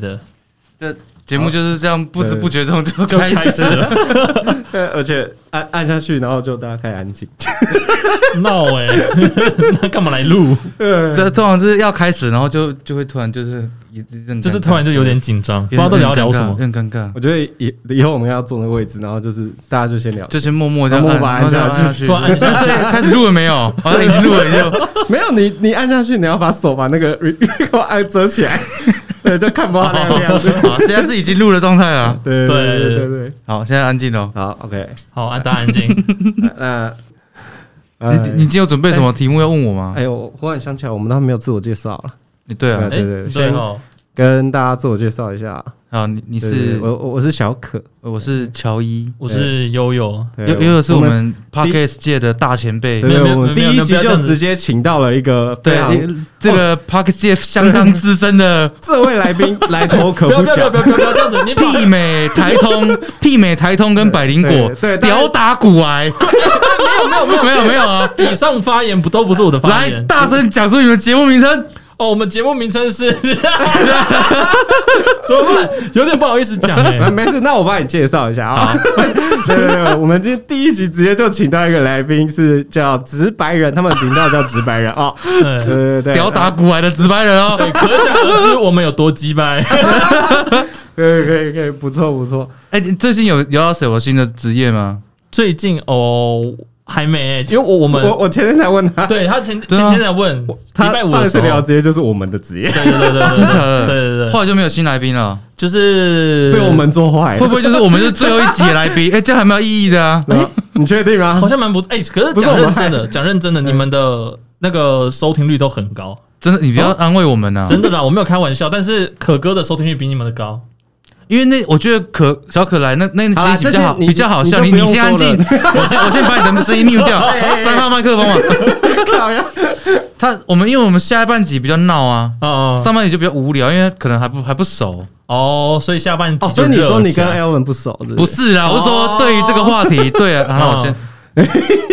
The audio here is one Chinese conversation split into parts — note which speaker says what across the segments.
Speaker 1: 的，
Speaker 2: 这节目就是这样，不知不觉中就
Speaker 1: 就
Speaker 2: 开
Speaker 1: 开始
Speaker 2: 始。
Speaker 1: 了
Speaker 3: 对，而且按按下去，然后就大家开安静。
Speaker 1: 闹 哎、那干嘛来录？
Speaker 3: 对，
Speaker 2: 这通常是要开始，然后就就会突然就是一一阵尴尬，
Speaker 1: 就是突然就有点紧张，不
Speaker 2: 有
Speaker 1: 知
Speaker 2: 点
Speaker 1: 道到底要聊什
Speaker 2: 有
Speaker 1: 么。
Speaker 2: 点尴尬，
Speaker 3: 我觉得以以后我们要坐那个位置，然后就是大家就 先聊。
Speaker 2: 就是默默这样
Speaker 3: 默默把它
Speaker 2: 按
Speaker 3: 按下去
Speaker 1: 突然按下
Speaker 2: 所以开始录了没有？好像已经录了，就
Speaker 3: 没有你，你按下去，你要把手把那个 re- 给我按遮起来，对，就看不到
Speaker 1: 哦
Speaker 3: 亮 亮的。
Speaker 2: 好，现在是已经录了状态了。
Speaker 3: 对对对对对。
Speaker 2: 好，现在安静了。
Speaker 3: 好，OK，
Speaker 1: 好，安大家 安静。
Speaker 3: 那那
Speaker 2: 你你你今天有准备什么题目要问我吗？
Speaker 3: 哎哎呦，我忽然想起来，我们都还没有自我介绍了。
Speaker 2: 对啊
Speaker 3: 对，
Speaker 1: 哎、
Speaker 3: 对
Speaker 1: 对
Speaker 3: 先
Speaker 1: 哦，
Speaker 3: 跟大家自我介绍一下，
Speaker 2: 好，你你
Speaker 3: 你
Speaker 2: 是
Speaker 3: 我我我是小可，
Speaker 2: 我是乔伊，
Speaker 1: 我是悠悠，
Speaker 3: 对
Speaker 2: 悠悠悠是我们
Speaker 3: 我们
Speaker 2: podcast 界的大前辈
Speaker 3: 对，
Speaker 1: 没有没有
Speaker 3: 对，我们
Speaker 1: 没
Speaker 3: 第
Speaker 1: 有
Speaker 3: 一
Speaker 1: 没
Speaker 3: 集
Speaker 1: 有不要这
Speaker 3: 就
Speaker 1: 样子
Speaker 3: 直接请到了一个非
Speaker 2: 对啊
Speaker 3: 常，
Speaker 2: 这个
Speaker 3: 哦
Speaker 2: podcast 界相当资深的
Speaker 3: 这位来宾来头可
Speaker 1: 不要
Speaker 3: 不
Speaker 1: 不要
Speaker 3: 小
Speaker 1: 不，要不要不要这样子，你把
Speaker 2: 媲美台 通，媲美台通跟百灵果，
Speaker 3: 对对但是
Speaker 2: 屌打骨癌，没有没有没有没有没有啊！
Speaker 1: 以上发言不都不是我的发
Speaker 2: 来
Speaker 1: 言
Speaker 2: 大声讲出你们节目名称，
Speaker 1: 哦。我们节目名称是， 怎么办？有点不好意思讲哎、
Speaker 3: 没事，那我帮你介绍一下啊。 对对对，我们今天第一集直接就请到一个来宾，是叫直白人，他们频道叫直白人啊。对
Speaker 1: 对
Speaker 3: 对对，
Speaker 2: 屌打骨癌的直白人哦，
Speaker 1: 对，可想而知我们有多鸡掰。
Speaker 3: 可以可以可以，不错不错。
Speaker 2: 哎，你最近有有要什么新的职业 吗？
Speaker 1: 最近哦，还没、因为我我们
Speaker 3: 我我前天才问他，
Speaker 1: 对他前前
Speaker 2: 对啊
Speaker 1: 天在问，礼
Speaker 3: 他
Speaker 1: 拜五
Speaker 3: 上
Speaker 1: 的
Speaker 3: 一
Speaker 1: 时
Speaker 3: 次
Speaker 1: 候，
Speaker 3: 聊直接就是我们的职业
Speaker 1: 对对对对对，
Speaker 2: 真的假的
Speaker 1: 对对对，
Speaker 2: 后来就没有新来宾了，
Speaker 1: 就是
Speaker 3: 被我们做坏
Speaker 2: 会
Speaker 3: 了
Speaker 2: 不。会就是我们是最后一集的来宾？ 哎，这样还蛮有意义的啊！
Speaker 3: 然后你确定吗
Speaker 1: 好？像蛮不哎、可是
Speaker 3: 不是
Speaker 1: 讲
Speaker 3: 我们
Speaker 1: 认真
Speaker 3: 还
Speaker 1: 的，讲认真的，你们的那个收听率都很高，
Speaker 2: 真的，你不要安慰我们啊！
Speaker 1: 真的啦，我没有开玩笑。但是可哥的收听率比你们的高，
Speaker 2: 因为那我觉得可小可来那那
Speaker 3: 好啦
Speaker 2: 那集比较好
Speaker 3: 这些你
Speaker 2: 比较好笑，
Speaker 3: 你
Speaker 2: 你
Speaker 3: 就不用
Speaker 2: 先安
Speaker 3: 说了哎
Speaker 2: 静，我先我先把你的声音 mute 掉，三号麦克风啊。
Speaker 3: 靠呀
Speaker 2: 他我们因为我们下半集比较闹啊，
Speaker 1: 哦
Speaker 2: 上半集就比较无聊，因为可能还不还不熟。
Speaker 1: 哦，所以下半集
Speaker 3: 哦，所以你
Speaker 1: 就热
Speaker 3: 说你
Speaker 1: 起来
Speaker 3: 跟 Elvin 不熟，是
Speaker 2: 不？是啦，我是说对于这个话题，对啊，那我先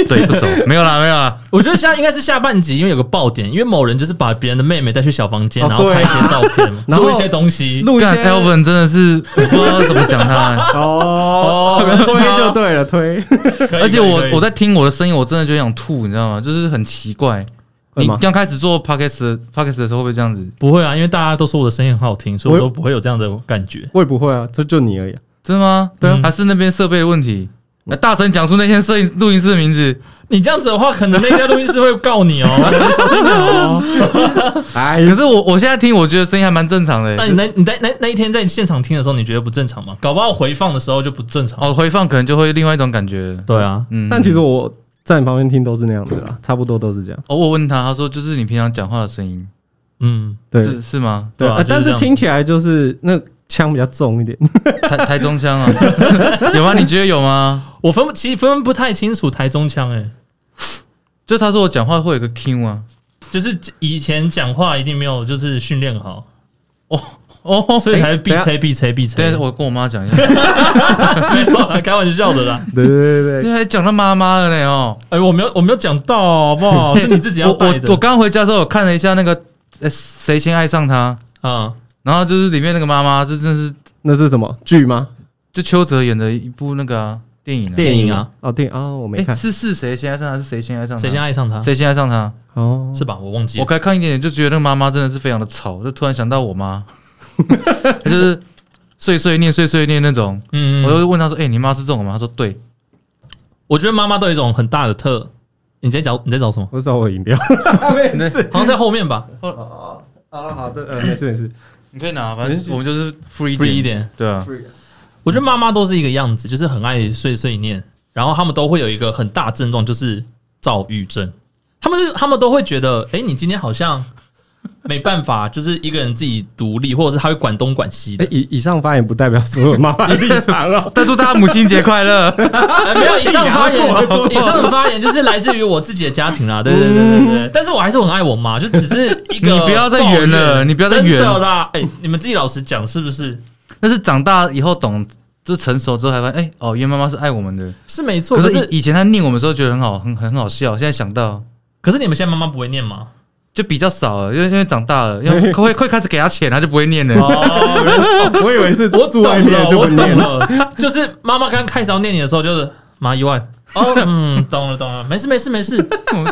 Speaker 2: 对不熟，没有啦，没有啦，
Speaker 1: 我觉得现在应该是下半集，因为有个爆点，因为某人就是把别人的妹妹带去小房间，
Speaker 3: 哦
Speaker 1: 然后拍一些
Speaker 3: 对啊
Speaker 1: 照片嘛，
Speaker 3: 然后
Speaker 1: 录一些东西。
Speaker 3: 录一
Speaker 2: 干
Speaker 3: 些
Speaker 2: Elvin 真的是我不知道怎么讲他欸，
Speaker 3: 哦
Speaker 1: 哦 原来是他
Speaker 3: 推就对了，推
Speaker 1: 可以
Speaker 2: 而且
Speaker 1: 可以可
Speaker 2: 我
Speaker 1: 以
Speaker 2: 我在听我的声音，我真的就想吐，你知道吗？就是很奇怪。
Speaker 3: 会
Speaker 2: 你
Speaker 3: 吗
Speaker 2: 刚开始做 podcast podcast 的时候会不会这样子？
Speaker 1: 不会啊，因为大家都说我的声音很好听，所以我都
Speaker 3: 我
Speaker 1: 不会有这样的感觉。
Speaker 3: 我也不会啊，就就你而已啊。
Speaker 2: 真的吗？
Speaker 1: 对啊
Speaker 2: 还是那边设备的问题？那大声讲出那天摄影录音室的名字，
Speaker 1: 你这样子的话，可能那家录音师会告你哦，你小心点哦。
Speaker 3: 哎
Speaker 2: 可是我我现在听，我觉得声音还蛮正常的欸、
Speaker 1: 那你那你在那那一天在现场听的时候，你觉得不正常吗？搞不好回放的时候就不正常。
Speaker 2: 哦，回放可能就会另外一种感觉。
Speaker 1: 对啊，
Speaker 2: 嗯，
Speaker 3: 但其实我在你旁边听都是那样子 啦，差不多都是这样。
Speaker 2: 哦，我问他，他说就是你平常讲话的声音，
Speaker 1: 嗯，
Speaker 3: 对
Speaker 2: 是是吗？
Speaker 1: 对
Speaker 3: 对，
Speaker 1: 啊
Speaker 3: 呃
Speaker 1: 就是
Speaker 3: 但
Speaker 1: 这
Speaker 3: 是
Speaker 1: 样
Speaker 3: 听起来就是那腔比较重一 点。
Speaker 2: 台台中腔啊， 有吗？你觉得有吗？
Speaker 1: 我分不其实分不太清楚台中腔，哎，
Speaker 2: 就他说我讲话会有个 Q 啊，
Speaker 1: 就是以前讲话一定没有就是训练好，
Speaker 2: 哦，
Speaker 1: 所以才会避
Speaker 3: 等一下
Speaker 1: 吹避吹避吹。
Speaker 2: 对，我跟我妈讲一下，
Speaker 1: 没有啦 开玩笑的啦。
Speaker 3: 对对对对，
Speaker 2: 对，还讲到妈妈了呢哦，
Speaker 1: 哎，我没有我没有讲到，好不 好？是你自己要
Speaker 2: 我我
Speaker 1: 带的。
Speaker 2: 我刚回家之后，我看了一下那个呃谁先爱上他，
Speaker 1: 啊，
Speaker 2: 然后就是里面那个妈妈，就真的是
Speaker 3: 那是什么剧吗？
Speaker 2: 就邱泽演的一部那个啊电影啊，
Speaker 1: 电影啊，
Speaker 3: 哦电影哦，我没
Speaker 2: 哎
Speaker 3: 看
Speaker 2: 是是谁先爱上他？是谁先爱上他？
Speaker 1: 谁先爱上他？
Speaker 2: 谁先爱上他？
Speaker 3: 哦，
Speaker 1: 是吧？我忘记
Speaker 2: 我
Speaker 1: 了。
Speaker 2: 刚看一点点就觉得那个妈妈真的是非常的吵，就突然想到我妈， 她就是碎碎念碎碎念那种。
Speaker 1: 嗯，
Speaker 2: 我
Speaker 1: 我
Speaker 2: 就问她说：“哎、你妈是这种吗？”她说：“对。
Speaker 1: 我觉得妈妈都有一种很大的特。你在找你在找什么？
Speaker 3: 我找我饮料，啊没事。
Speaker 1: 好像在后面吧
Speaker 3: 好好，这 呃没事没事。”
Speaker 2: 你可以拿，反正我们就是嗯 free
Speaker 1: ，free 一
Speaker 2: 点，
Speaker 1: 点。
Speaker 2: 对啊，
Speaker 1: 我觉得妈妈都是一个样子，就是很爱碎碎念，然后他们都会有一个很大症状，就是躁郁症。他们他们都会觉得，哎、你今天好像没办法，就是一个人自己独立，或者是他会管东管 西的
Speaker 3: 哎。，以以上发言不代表所有妈妈的立场 哦。
Speaker 2: 但祝大家母亲节快乐！
Speaker 1: 哎没有以上的发言
Speaker 3: 你还要过，
Speaker 1: 以上的发言就是来自于我自己的家庭啦，对对对对对 对。但是我还是很爱我妈，就只是一个
Speaker 2: 你不要再圆了
Speaker 1: 抱怨
Speaker 2: 你不要再
Speaker 1: 真
Speaker 2: 圆
Speaker 1: 的啦。哎、你们自己老实讲，是不是？
Speaker 2: 但是长大以后懂，就成熟之后才发现，哎、哦，原来妈妈是爱我们的。
Speaker 1: 是没错，
Speaker 2: 可
Speaker 1: 可
Speaker 2: 是
Speaker 1: 是
Speaker 2: 以以前她念我们的时候觉得很好，很很好笑，现在想到
Speaker 1: 可是你们现在妈妈不会念吗？
Speaker 2: 就比较少了，因为因为长大了，因为会会开始给他钱，他就不会念 了。
Speaker 1: 哦，
Speaker 3: 我以为是
Speaker 1: 我
Speaker 3: 住
Speaker 1: 懂
Speaker 3: 外面
Speaker 1: 了，
Speaker 3: 就
Speaker 1: 我
Speaker 3: 不念
Speaker 1: 懂。了，就是妈妈刚开始要念你的时候，就是妈一万。哦，嗯，懂了，懂了，没事，没事，没事。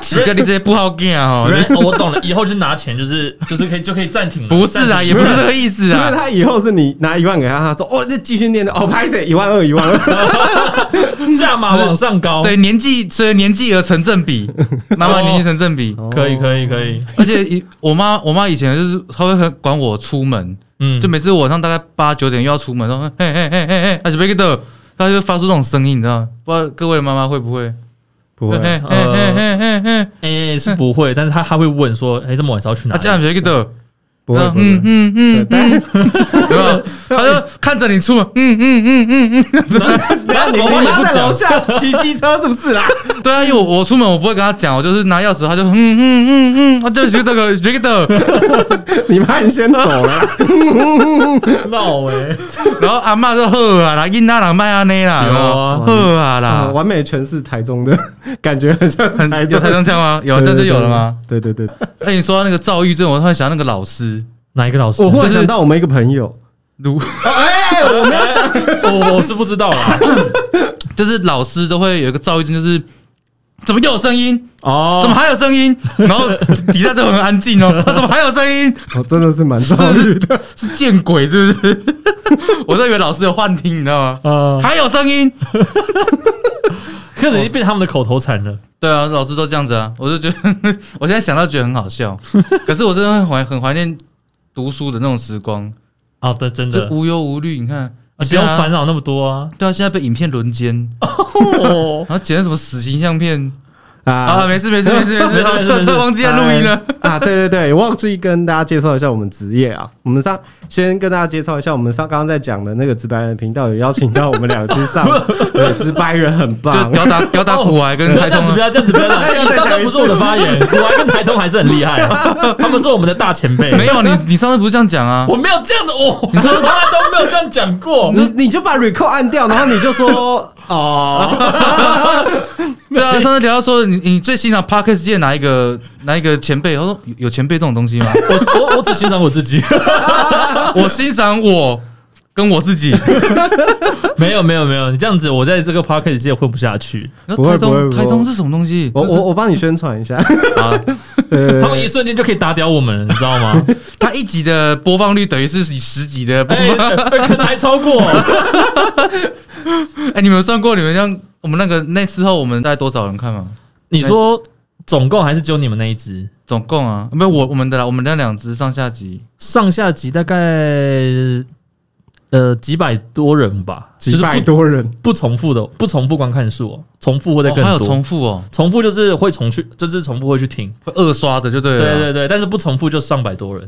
Speaker 2: 乞丐，你这些不好干 哦。
Speaker 1: 原来哦我懂了，以后就拿钱，就是就是可以就可以暂停了。
Speaker 2: 不是啊，
Speaker 1: 暂停
Speaker 2: 也不是这个意思
Speaker 3: 因为
Speaker 2: 啊。
Speaker 3: 他以后是你拿一万给他，他说哦，那继续念的哦，拍谁一万二一万二，
Speaker 1: 价码往上
Speaker 3: 哦
Speaker 1: 高。
Speaker 2: 对，年纪随着年纪而成正 比，妈妈年纪成正
Speaker 3: 哦
Speaker 2: 比。
Speaker 1: 可以，可以，可以。
Speaker 2: 而且以我妈，我妈以前就是她会很管我出门，
Speaker 1: 嗯，
Speaker 2: 就每次晚上大概八九点又要出门，然后嘿嘿嘿嘿嘿，还是别给的，她就发出这种声音，你知道吗？不知道各位妈妈会不会？
Speaker 3: 不
Speaker 2: 嘿嘿
Speaker 3: 会，呃
Speaker 2: 嘿嘿嘿嘿，
Speaker 1: 哎是不会，但是他他会问说，哎，这么晚是要去哪
Speaker 2: 啊，
Speaker 1: 里？
Speaker 2: 这样别给的，
Speaker 3: 不会，不
Speaker 2: 嗯
Speaker 3: 会。
Speaker 2: 嗯
Speaker 3: 对
Speaker 2: 嗯，
Speaker 3: 但
Speaker 2: 对吧？她就看着你出门，嗯嗯嗯嗯
Speaker 1: 那什
Speaker 3: 你
Speaker 1: 么话
Speaker 3: 你
Speaker 1: 也
Speaker 3: 妈
Speaker 1: 不
Speaker 3: 在
Speaker 1: 讲。
Speaker 3: 楼下骑机车是不是啦？
Speaker 2: 嗯，对啊，因为我我出门我不会跟她讲，我就是拿钥匙，她就嗯嗯嗯嗯，啊，对，别这个别给的。
Speaker 3: 你妈你先走啊了啦，
Speaker 1: 闹哎，
Speaker 2: 然后阿嬷就好啊啦，囡仔人卖安尼啦，
Speaker 1: 对啊
Speaker 2: 好啊
Speaker 3: 啊
Speaker 2: 啦，
Speaker 3: 完美诠释台中的 感觉，很像是
Speaker 2: 很
Speaker 3: 台
Speaker 2: 有
Speaker 3: 中
Speaker 2: 台中腔 吗？有，
Speaker 3: 对
Speaker 2: 这
Speaker 3: 对
Speaker 2: 样就
Speaker 3: 对
Speaker 2: 有了吗？
Speaker 3: 对对对，
Speaker 2: 哎，你说到那个躁郁症，我突然想到那个老师
Speaker 1: 哪一个老师？
Speaker 3: 我忽然
Speaker 2: 就是
Speaker 3: 想到我们一个朋友，
Speaker 2: 卢，
Speaker 3: 哎，我
Speaker 1: 没有讲， 我我是不知道啦。
Speaker 2: 就是老师都会有一个躁郁症，就是怎么又有声音？怎么
Speaker 1: 哦，
Speaker 2: 还有声音？然后 底下都很安静哦， 啊怎么还有声音？
Speaker 3: 我哦真的是蛮遭遇 的，
Speaker 2: 是见鬼是不是？ 我都以为老师有幻听，你知道吗？
Speaker 3: 哦
Speaker 1: 呃，
Speaker 2: 还有声音？
Speaker 1: 可能已经变成他们的口头禅了。
Speaker 2: 对啊，老师都这样子啊，我就觉得， 我现在想到觉得很好 笑，可是我真的很怀很怀念读书的那种时光。
Speaker 1: 好的，哦真
Speaker 2: 就
Speaker 1: 的，
Speaker 2: 无忧无虑。你看，啊
Speaker 1: 你不要
Speaker 2: 现在
Speaker 1: 烦。恼那么多啊。
Speaker 2: 对啊，现在被影片轮奸，
Speaker 1: 哦，
Speaker 2: 然后剪了什么死刑相片啊？
Speaker 3: 啊。
Speaker 2: 没事没事没事没
Speaker 1: 没事
Speaker 2: 事，
Speaker 1: 没事
Speaker 2: 突
Speaker 1: 没
Speaker 2: 突
Speaker 1: 事
Speaker 2: 忘记要录音了。
Speaker 3: 啊！对对对，忘记跟大家介绍一下我们职业啊。我们上先跟大家介绍一下，我们上刚刚在讲的那个直白人频道有邀请到我们两个去上， 对，直白人很
Speaker 2: 就
Speaker 3: 棒，
Speaker 2: 吊打吊打古癌跟
Speaker 1: 不要哎
Speaker 2: 台
Speaker 1: 哦这样
Speaker 2: 通
Speaker 1: 子，不
Speaker 2: 啊，
Speaker 1: 要 这样子，不要这
Speaker 3: 哎
Speaker 1: 样。以上都不是我的发言，我还跟台东还是很厉害啊， 他们是我们的大前辈。
Speaker 2: 没有你你上次不是这样讲啊？
Speaker 1: 我没有这样的，我我从来都没有这样讲过。
Speaker 3: 你你就把 record 按掉，然后你 就说哦，
Speaker 2: 对啊，上次聊到说你你最欣赏 Parkes 界哪一个哪一个前辈？我说有有前辈这种东 西吗？
Speaker 1: 我我我只欣赏我自 己，
Speaker 2: 我欣赏我跟我自己。
Speaker 1: 没有没有没有，你这样子我在这个 p o c k e t 界混 不下去。
Speaker 2: 然
Speaker 3: 不
Speaker 2: 后
Speaker 3: 会
Speaker 2: 台
Speaker 3: 不会
Speaker 2: 东
Speaker 3: 不会
Speaker 2: 台东是什么东西？
Speaker 3: 我我我帮你宣传 一下，
Speaker 2: 啊，
Speaker 3: 对对
Speaker 1: 他们
Speaker 3: 对，
Speaker 1: 一瞬间就可以打掉我们了，你知道 吗？
Speaker 2: 它一集的播放率等于是你十集的播
Speaker 1: 哎、
Speaker 2: 放。
Speaker 1: 可能还超 过。
Speaker 2: 哎，你们有算过你们像我们那个那次后我们大概多少人看吗？
Speaker 1: 你说总共还是只有你们那一只？
Speaker 2: 总共啊，没有我我们的啦，我们那两只上下集
Speaker 1: 上下集大概呃几百多人吧，
Speaker 3: 几百多人，
Speaker 1: 不重复的，不重复观看数、哦，重复会再
Speaker 2: 哦
Speaker 1: 更
Speaker 2: 还有
Speaker 1: 多。
Speaker 2: 重复哦，
Speaker 1: 重复就是会重去，就是重复会去听，
Speaker 2: 会二刷的就对啊
Speaker 1: 对
Speaker 2: 了。
Speaker 1: 对对，但是不重复就上百多人。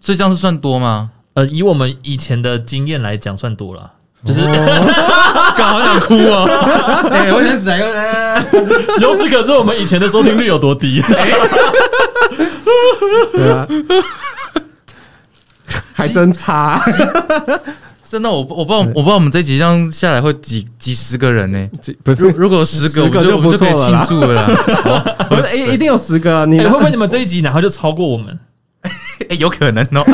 Speaker 2: 所以这样是算多吗？
Speaker 1: 呃，以我们以前的经验来讲，算多了。 就是、
Speaker 2: 干好想哭哦！ 哎、我想整个、哎
Speaker 1: 由此可知，我们以前的收听率有多 低。
Speaker 3: 对啊，还真差，
Speaker 2: 真的我不我不知道我不知道我们这集这样下来会几几十个人呢、
Speaker 3: 几不是，
Speaker 2: 如果有十个，
Speaker 3: 十个就
Speaker 2: 我们
Speaker 3: 不
Speaker 2: 就我们就可以
Speaker 3: 错了
Speaker 2: 庆
Speaker 3: 啦
Speaker 2: 祝了啦。哦
Speaker 3: 不是一一定有十个啊，你
Speaker 1: 哎、会不会你们这一集然后就超过我 们？
Speaker 2: 哎有可能哦。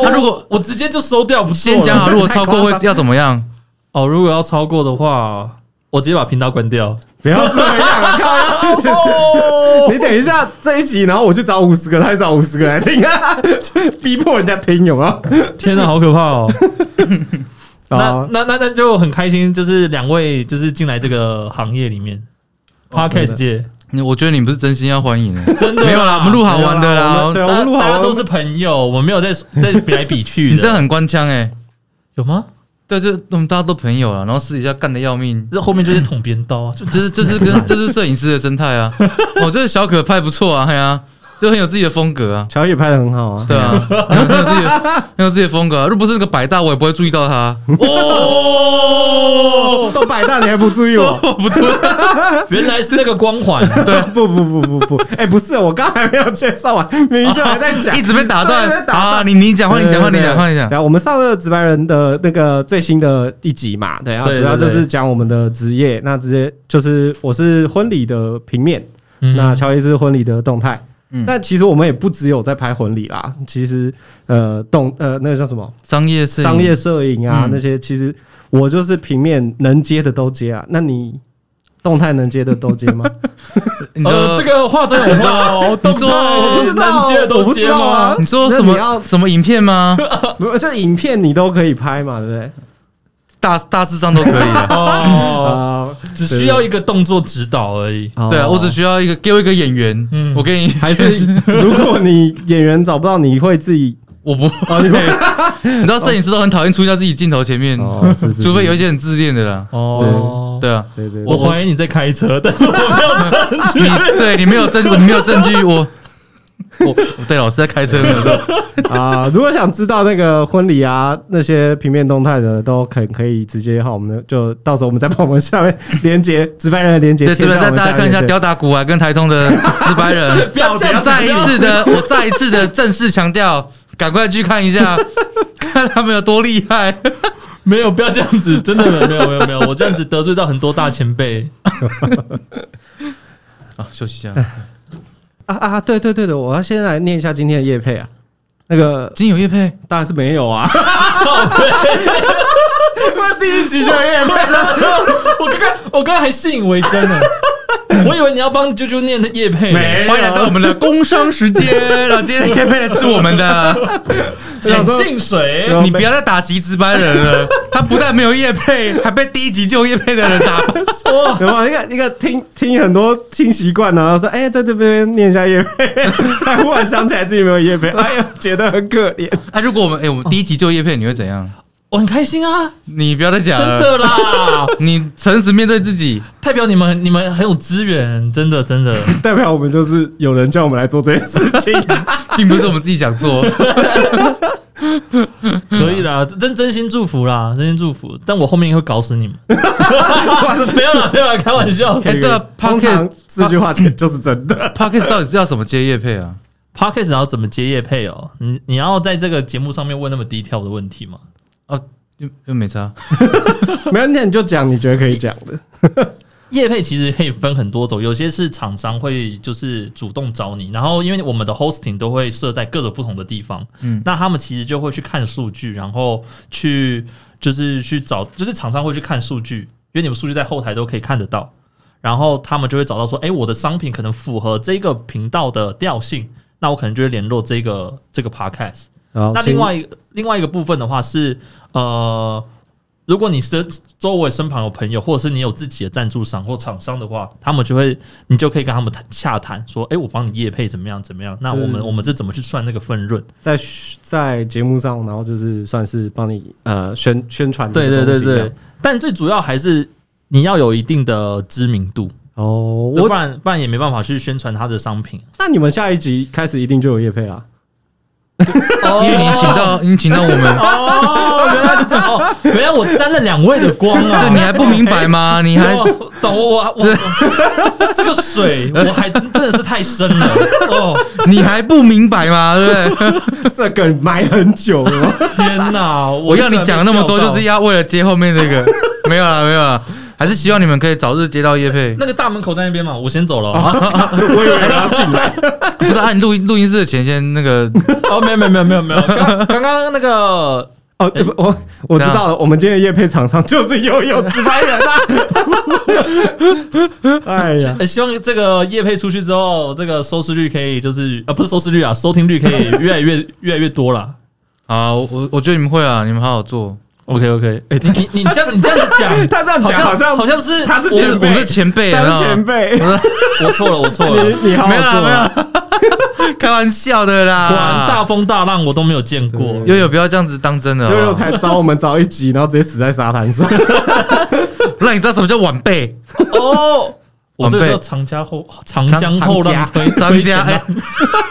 Speaker 1: 那如果我直接就收掉不做了
Speaker 2: 先讲好，如果超过
Speaker 3: 太夸
Speaker 2: 会
Speaker 3: 张
Speaker 2: 要怎么样？
Speaker 1: 哦，如果要超过的话，我直接把频道关 掉。
Speaker 3: 不要这样 啊，靠就是
Speaker 1: 哦，
Speaker 3: 你等一下这一集，然后我去找五十个，他去找五十个来听啊，逼迫人家听有吗？
Speaker 1: 天哪，好可怕 哦！那
Speaker 3: 啊，
Speaker 1: 那那那就很开心，就是两位就是进来这个行业里面，podcast
Speaker 2: 哦
Speaker 1: 界
Speaker 2: 你我觉得你不是真心要欢迎、欸，
Speaker 1: 真的
Speaker 2: 没有啦，我们录好玩的
Speaker 3: 没有啦我
Speaker 2: 啦
Speaker 3: 们。对
Speaker 1: 大
Speaker 3: 啊，
Speaker 1: 家
Speaker 3: 我们录好
Speaker 1: 大家
Speaker 3: 了
Speaker 1: 都是朋友，我没有在 在比来比去
Speaker 2: 你真的
Speaker 1: 的，
Speaker 2: 很官腔哎、
Speaker 1: 有吗？
Speaker 2: 对，就我们大家都朋友啊，然后私底下干的要命。
Speaker 1: 这后面就是捅边刀啊，就
Speaker 2: 就是就是跟就是摄影师的生态 啊，我觉得小可拍不错啊，嘿啊，就很有自己的风格啊，
Speaker 3: 乔也拍的很好啊，
Speaker 2: 对 啊，很有自己的很有自己的风格、啊。如果不是那个百大，我也不会注意到他。啊 哦，
Speaker 3: 哦，都百大你还不注意我？
Speaker 2: 不错，
Speaker 1: 原来是那个光环，
Speaker 3: 对， 不不不不不，哎，不是，我刚还没有介绍完，明明就还在 讲
Speaker 2: 一。直被打
Speaker 3: 一直
Speaker 2: 断
Speaker 3: 被打断
Speaker 2: 啊！你你讲话，你讲话，你讲话，你讲。
Speaker 3: 对啊，我们上了《值班人》的那个最新的一集嘛，对啊，
Speaker 1: 对
Speaker 3: 主要就
Speaker 1: 对
Speaker 3: 是
Speaker 1: 对
Speaker 3: 讲我们的职业。那直接就是我是婚礼的平面，
Speaker 1: 嗯
Speaker 3: 那乔伊是婚礼的动态。
Speaker 2: 嗯
Speaker 3: 但其实我们也不只有在拍婚礼啦，其实呃动呃那个叫什么
Speaker 2: 商业摄影
Speaker 3: 商业摄影啊
Speaker 2: 嗯
Speaker 3: 那些，其实我就是平面能接的都接啊。那你动态能接的都接吗？
Speaker 2: 你的、
Speaker 1: 呃，这个话真的我不知道，动
Speaker 2: 你说
Speaker 1: 态我不知
Speaker 3: 我
Speaker 1: 道，
Speaker 3: 不
Speaker 1: 接
Speaker 3: 知道
Speaker 1: 的都接
Speaker 3: 我不知道
Speaker 1: 吗
Speaker 3: 啊？
Speaker 2: 你说什
Speaker 3: 那你要
Speaker 2: 么什么影片吗？
Speaker 3: 没有，就影片你都可以拍嘛，对不对？
Speaker 2: 大大致上都可以 啊。
Speaker 1: 哦，
Speaker 3: 啊，
Speaker 1: 只需要一个动作指导而已。
Speaker 2: 对啊，我只需要一个给我一个演员，
Speaker 1: 嗯
Speaker 2: 我给你
Speaker 3: 哦还是如果你演员找不到，你会自己
Speaker 2: 我不
Speaker 3: 哦，你会
Speaker 2: 你知道摄影师都很讨厌出现在自己镜头前面，
Speaker 3: 哦，是是 是
Speaker 2: 除非有一些很自恋的啦。
Speaker 1: 哦，
Speaker 2: 对啊，
Speaker 3: 对对，
Speaker 1: 我
Speaker 3: 对
Speaker 1: 怀疑你在开车， 但是我没有证
Speaker 2: 你
Speaker 1: 据。，
Speaker 2: 对你没有证，你没有证据，我我我对老师在开车没有错
Speaker 3: 啊、如果想知道那个婚礼啊那些平面动态的，都可可以直接哈，我们的就到时候我们再把我们下面连接值班人的连接
Speaker 2: 对，
Speaker 3: 贴
Speaker 2: 这
Speaker 3: 在我
Speaker 2: 边
Speaker 3: 们
Speaker 2: 再
Speaker 3: 下面，
Speaker 2: 大家看一下吊打古啊跟台通的直白人
Speaker 1: 不要这样子
Speaker 2: 再一次的，我再一次的正式强调，赶快去看一下，看他们有多厉害。
Speaker 1: 没有，不要这样子，真的没有，没有，没有，没有，我这样子得罪到很多大前辈。
Speaker 2: 啊，休息一下。
Speaker 3: 啊啊，对对对的，我要先来念一下今天的叶配啊，那个
Speaker 2: 金有叶配，
Speaker 3: 当然是没有啊， 我第一集就有叶配，
Speaker 1: 我刚刚，我刚刚还信以为真呢，我以为你要帮啾啾念的叶配。
Speaker 3: 没有
Speaker 2: 欢迎来到我们的工商时间。然后今天的叶配的是我们的，
Speaker 1: 碱性水，
Speaker 3: 有
Speaker 2: 你不要再打击值班人了。他不但没有叶配，还被第一集就有叶配的人打。
Speaker 1: 哇，
Speaker 3: 有没有一个一个听听很多听习惯了，然后说哎、在这边念一下叶配， 他忽然想起来自己没有叶配，哎呀，觉得很可怜。
Speaker 2: 啊，如果我们哎、我们
Speaker 1: 哦
Speaker 2: 第一集就叶配，你会怎样？
Speaker 1: 我很开心啊，
Speaker 2: 你不要再讲
Speaker 1: 真
Speaker 2: 了，
Speaker 1: 的啦，
Speaker 2: 你诚实面对自己。
Speaker 1: 代表你们，你们很有资源，真的，真的。
Speaker 3: 代表我们就是有人叫我们来做这件事情。
Speaker 2: 并不是我们自己想 做，
Speaker 1: 可以啦，真真心祝福啦，真心祝福。但我后面会搞死你们。 没有啦，没有啦，开玩笑。
Speaker 2: 哎对啊
Speaker 3: 通常
Speaker 2: podcast-
Speaker 3: 这句话其实就是真的。
Speaker 2: Podcast 到底是要什么接叶配啊？
Speaker 1: Podcast 要怎么接业配哦？你你要在这个节目上面问那么低调的问题吗？
Speaker 2: 哦，又又没差，
Speaker 3: 没问题，你就讲你觉得可以讲的。
Speaker 1: 业配其实可以分很多种，有些是厂商会就是主动找你，然后因为我们的 hosting 都会设在各种不同的地方，
Speaker 2: 嗯
Speaker 1: 那他们其实就会去看数据，然后去就是去找，就是厂商会去看数据，因为你们数据在后台都可以看得到，然后他们就会找到说，诶，我的商品可能符合这个频道的调性，那我可能就会联络这个这个 podcast。那另外一个另外一个部分的话是，呃，如果你身周围身旁有朋友，或者是你有自己的赞助商或厂商的话，他们就会你就可以跟他们谈洽谈，说，哎、我帮你业配怎么样怎么样？那我们、
Speaker 3: 嗯
Speaker 1: 我们这怎么去算那个分润？
Speaker 3: 在在节目上，然后就是算是帮你呃宣宣传。
Speaker 1: 对对对对，，但最主要还是你要有一定的知名度，
Speaker 3: 哦，
Speaker 1: 对不
Speaker 3: 我
Speaker 1: 然不然也没办法去宣传他的商品。
Speaker 3: 那你们下一集开始一定就有叶配啦。
Speaker 1: 哦
Speaker 2: 因为你请到你请到我 们，
Speaker 1: 哦，原来是这样哦，原来我沾了两位的光啊！
Speaker 2: 这你还不明白吗？你还
Speaker 1: 哦懂我我我这个水我还真真的是太深了哦！
Speaker 2: 你还不明白吗？对不对？
Speaker 3: 这梗埋很久 了，
Speaker 1: 天哪，我
Speaker 2: 我要你讲那么多，就是要为了接后面这个，没有啦，没有啦，还是希望你们可以早日接到叶 配。
Speaker 1: 那个大门口在那边嘛，我先走了哦。
Speaker 3: 我以为你要进来。
Speaker 2: 不是按录音录音室的钱先那个，
Speaker 1: 哦，没有没有没有没有没有，刚刚刚那个
Speaker 3: 哦，对不我我知道了，我们今天的叶配厂商就是悠悠直白人 啊。哎呀，
Speaker 1: 呃希望这个夜配出去之后，这个收视率可以就是啊，不是收视率啊，收听率可以越来越越来越多啦。
Speaker 2: 好，我我我觉得你们会啊，你们好好做。
Speaker 1: OK OK，你你你这样你这样子讲，
Speaker 3: 他这 样
Speaker 1: 好
Speaker 3: 讲
Speaker 1: 像
Speaker 3: 好像
Speaker 1: 好像是
Speaker 3: 他是
Speaker 2: 我是
Speaker 3: 前辈
Speaker 2: 我是前辈，啊你知道
Speaker 3: 他是前
Speaker 2: 吗
Speaker 3: 辈。
Speaker 1: 我错了我错了，
Speaker 3: 你你好
Speaker 2: 没有
Speaker 3: 好做啊
Speaker 2: 啦，没有啦， 开玩笑的啦。
Speaker 1: 果然大风大浪我都没有见过。
Speaker 2: 悠悠不要这样子当真的好不
Speaker 3: 悠
Speaker 2: 好，
Speaker 3: 悠才找我们早一集，然后直接死在沙滩上。
Speaker 2: 让你知道什么叫晚辈。
Speaker 1: 哦，我
Speaker 2: 晚
Speaker 1: 这个
Speaker 2: 辈
Speaker 1: 叫长江后长江后浪推
Speaker 2: 张家哎，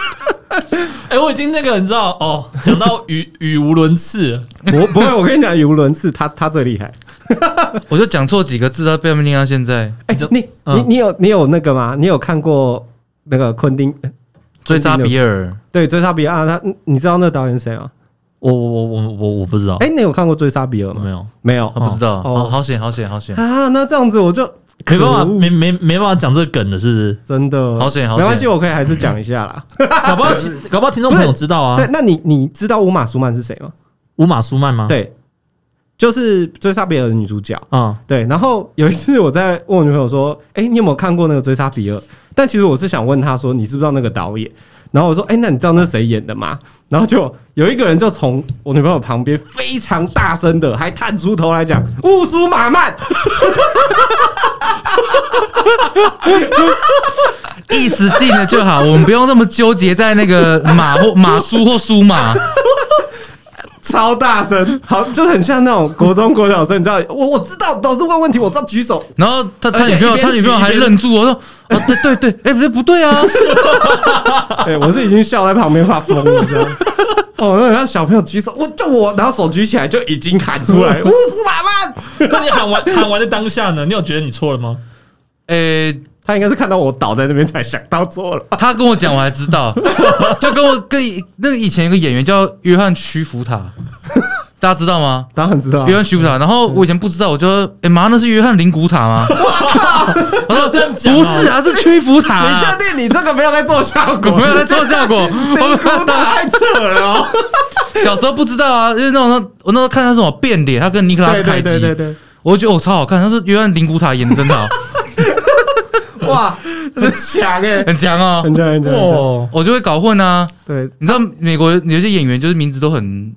Speaker 1: 哎，我已经那个你知道哦，讲到语语无伦次了，
Speaker 3: 我不会，我跟你讲，语无伦次，他他最厉害。
Speaker 2: 我就讲错几个字，他被他们念到啊现在
Speaker 3: 哎、
Speaker 1: 你就
Speaker 3: 你你
Speaker 1: 嗯
Speaker 3: 你有你有那个吗？你有看过那个昆汀？呃
Speaker 2: 追杀比尔。
Speaker 3: 对，《追杀比尔》啊，他你你知道那个导演谁吗？哎
Speaker 1: 我我我我我
Speaker 2: 哦
Speaker 1: 不知道
Speaker 3: 哎、，你有看过《追杀比尔》吗？
Speaker 1: 没有，
Speaker 3: 没有，
Speaker 2: 我不知道，
Speaker 3: 哦
Speaker 2: 好好险，好险，好险！
Speaker 3: 啊。那这样子我就
Speaker 1: 没办法，
Speaker 3: 可恶
Speaker 1: 没没没办法讲这个梗了，是不 是？
Speaker 3: 真的，
Speaker 2: 好险好险
Speaker 3: 没关系，我可以还是讲一下啦。
Speaker 1: 搞不好其，搞不好听众朋友知道啊
Speaker 3: 对，。那你你知道乌玛苏曼是谁吗？
Speaker 1: 乌马苏曼
Speaker 2: 啊
Speaker 1: 吗？，
Speaker 3: 对，就是《追杀比尔》的女主角。
Speaker 1: 啊，
Speaker 3: 对，然后有一次我在问我女朋友说：“哎、你有没有看过那个《追杀比尔》？”但其实我是想问她说：“你知不知道那个导演？”然后我说：“哎、那你知道那是谁演的吗？”然后就有一个人就从我女朋友旁边非常大声的，还探出头来讲：“乌苏马曼。
Speaker 2: 意思近了就好，我们不用那么纠结在那 个马或马苏或苏马。”
Speaker 3: 超大声，好，就很像那种国中、国小生，你知道，我我知道，老师问问题，我知道举手，
Speaker 2: 然后他他
Speaker 3: 而且
Speaker 2: 女朋友
Speaker 3: 一边
Speaker 2: 他女朋友
Speaker 3: 骑一
Speaker 2: 还
Speaker 3: 边
Speaker 2: 愣住，我说哦对对对，哎不对不对 啊，
Speaker 3: 对，我是已经笑在旁边发疯了，这样。哦，那然后小朋友举手，我就我，然后手举起来就已经喊出来，乌苏马曼。
Speaker 1: 那你喊完喊完的当下呢？你有觉得你错了吗？
Speaker 2: 哎
Speaker 3: 他应该是看到我倒在那边才想到错了。
Speaker 2: 他跟我讲我还知道， 就跟我跟那个以前有个演员叫约翰屈服 塔，大家知道吗？
Speaker 3: 当然知道啊
Speaker 2: 约，翰屈服塔，然后我以前不知道，我就说哎妈那是约翰林古塔 吗？我说
Speaker 1: 这样讲
Speaker 2: 不
Speaker 1: 哦
Speaker 2: 是啊，是屈服塔
Speaker 3: 你
Speaker 2: 啊，
Speaker 3: 确定你这个没有在做效果？
Speaker 2: 我没有 在做效果，
Speaker 3: 你
Speaker 2: 我
Speaker 3: 哭的太扯了哦！
Speaker 2: 小时候不知道啊，因为那种我那时候看他什么变脸，他跟尼克拉斯
Speaker 3: 对
Speaker 2: 凯
Speaker 3: 对
Speaker 2: 奇，
Speaker 3: 对对对，
Speaker 2: 我就觉得哦超好看，他是约翰林古塔演的哦真 好，
Speaker 3: 哇，很强哎，
Speaker 2: 很强哦，
Speaker 3: 很强很强很强。
Speaker 1: 哦，
Speaker 2: 我就会搞混啊。
Speaker 3: 对，
Speaker 2: 你知道美国有些演员就是名字都很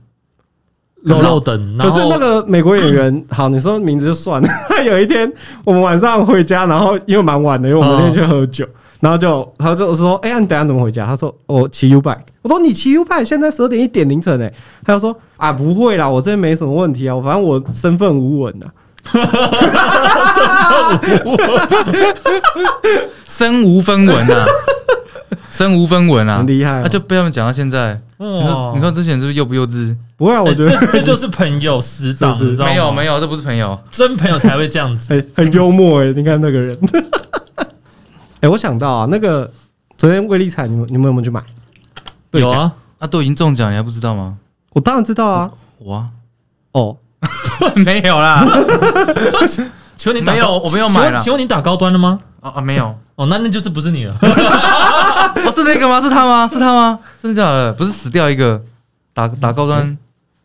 Speaker 1: 肉肉等，然
Speaker 3: 可
Speaker 1: 后
Speaker 3: 是那个美国演 员，好，你说名字就算了。 他有一天我们晚上回家，然后因为蛮晚的，因为我们那天去喝酒，然后就他就说：“哎、呀，你等一下怎么回家？”他说：“我骑 U bike。”我说：“你骑 U bike？现在十二点一点凌晨哎、他就说：“啊，不会啦，我这没什么问题啊，我反正我身份无稳啊。
Speaker 2: 身无分文 啊，身无分文啊，
Speaker 3: 很厉害哦
Speaker 2: 啊，就被他们讲到现在。你说，你说之前是不是幼不幼稚？”
Speaker 3: 不会啊，我
Speaker 1: 哎
Speaker 3: 觉得
Speaker 1: 这这就是朋友死党，
Speaker 3: 是是
Speaker 1: 你知道吗
Speaker 2: 没有没有，这不是朋友。
Speaker 1: 真朋友才会这样子。
Speaker 3: 很、很幽默哎、你看那个人。 哎、我想到啊，那个昨天威力彩，你们你们有没有去买？ 对
Speaker 1: 有啊，
Speaker 2: 啊，都已经中奖，你还不知道吗？
Speaker 3: 我当然知道啊。
Speaker 2: 我啊
Speaker 3: 哦，
Speaker 2: 没有啦，
Speaker 1: 请问你打
Speaker 2: 没有
Speaker 1: 高
Speaker 2: 我没有买啦
Speaker 1: 请问请问你打高端了吗？
Speaker 2: 啊啊没有，
Speaker 1: 哦，那那就是不是你了。
Speaker 2: 哦是那个吗？是他吗？是他吗？真的假的？不是死掉一个打打高端，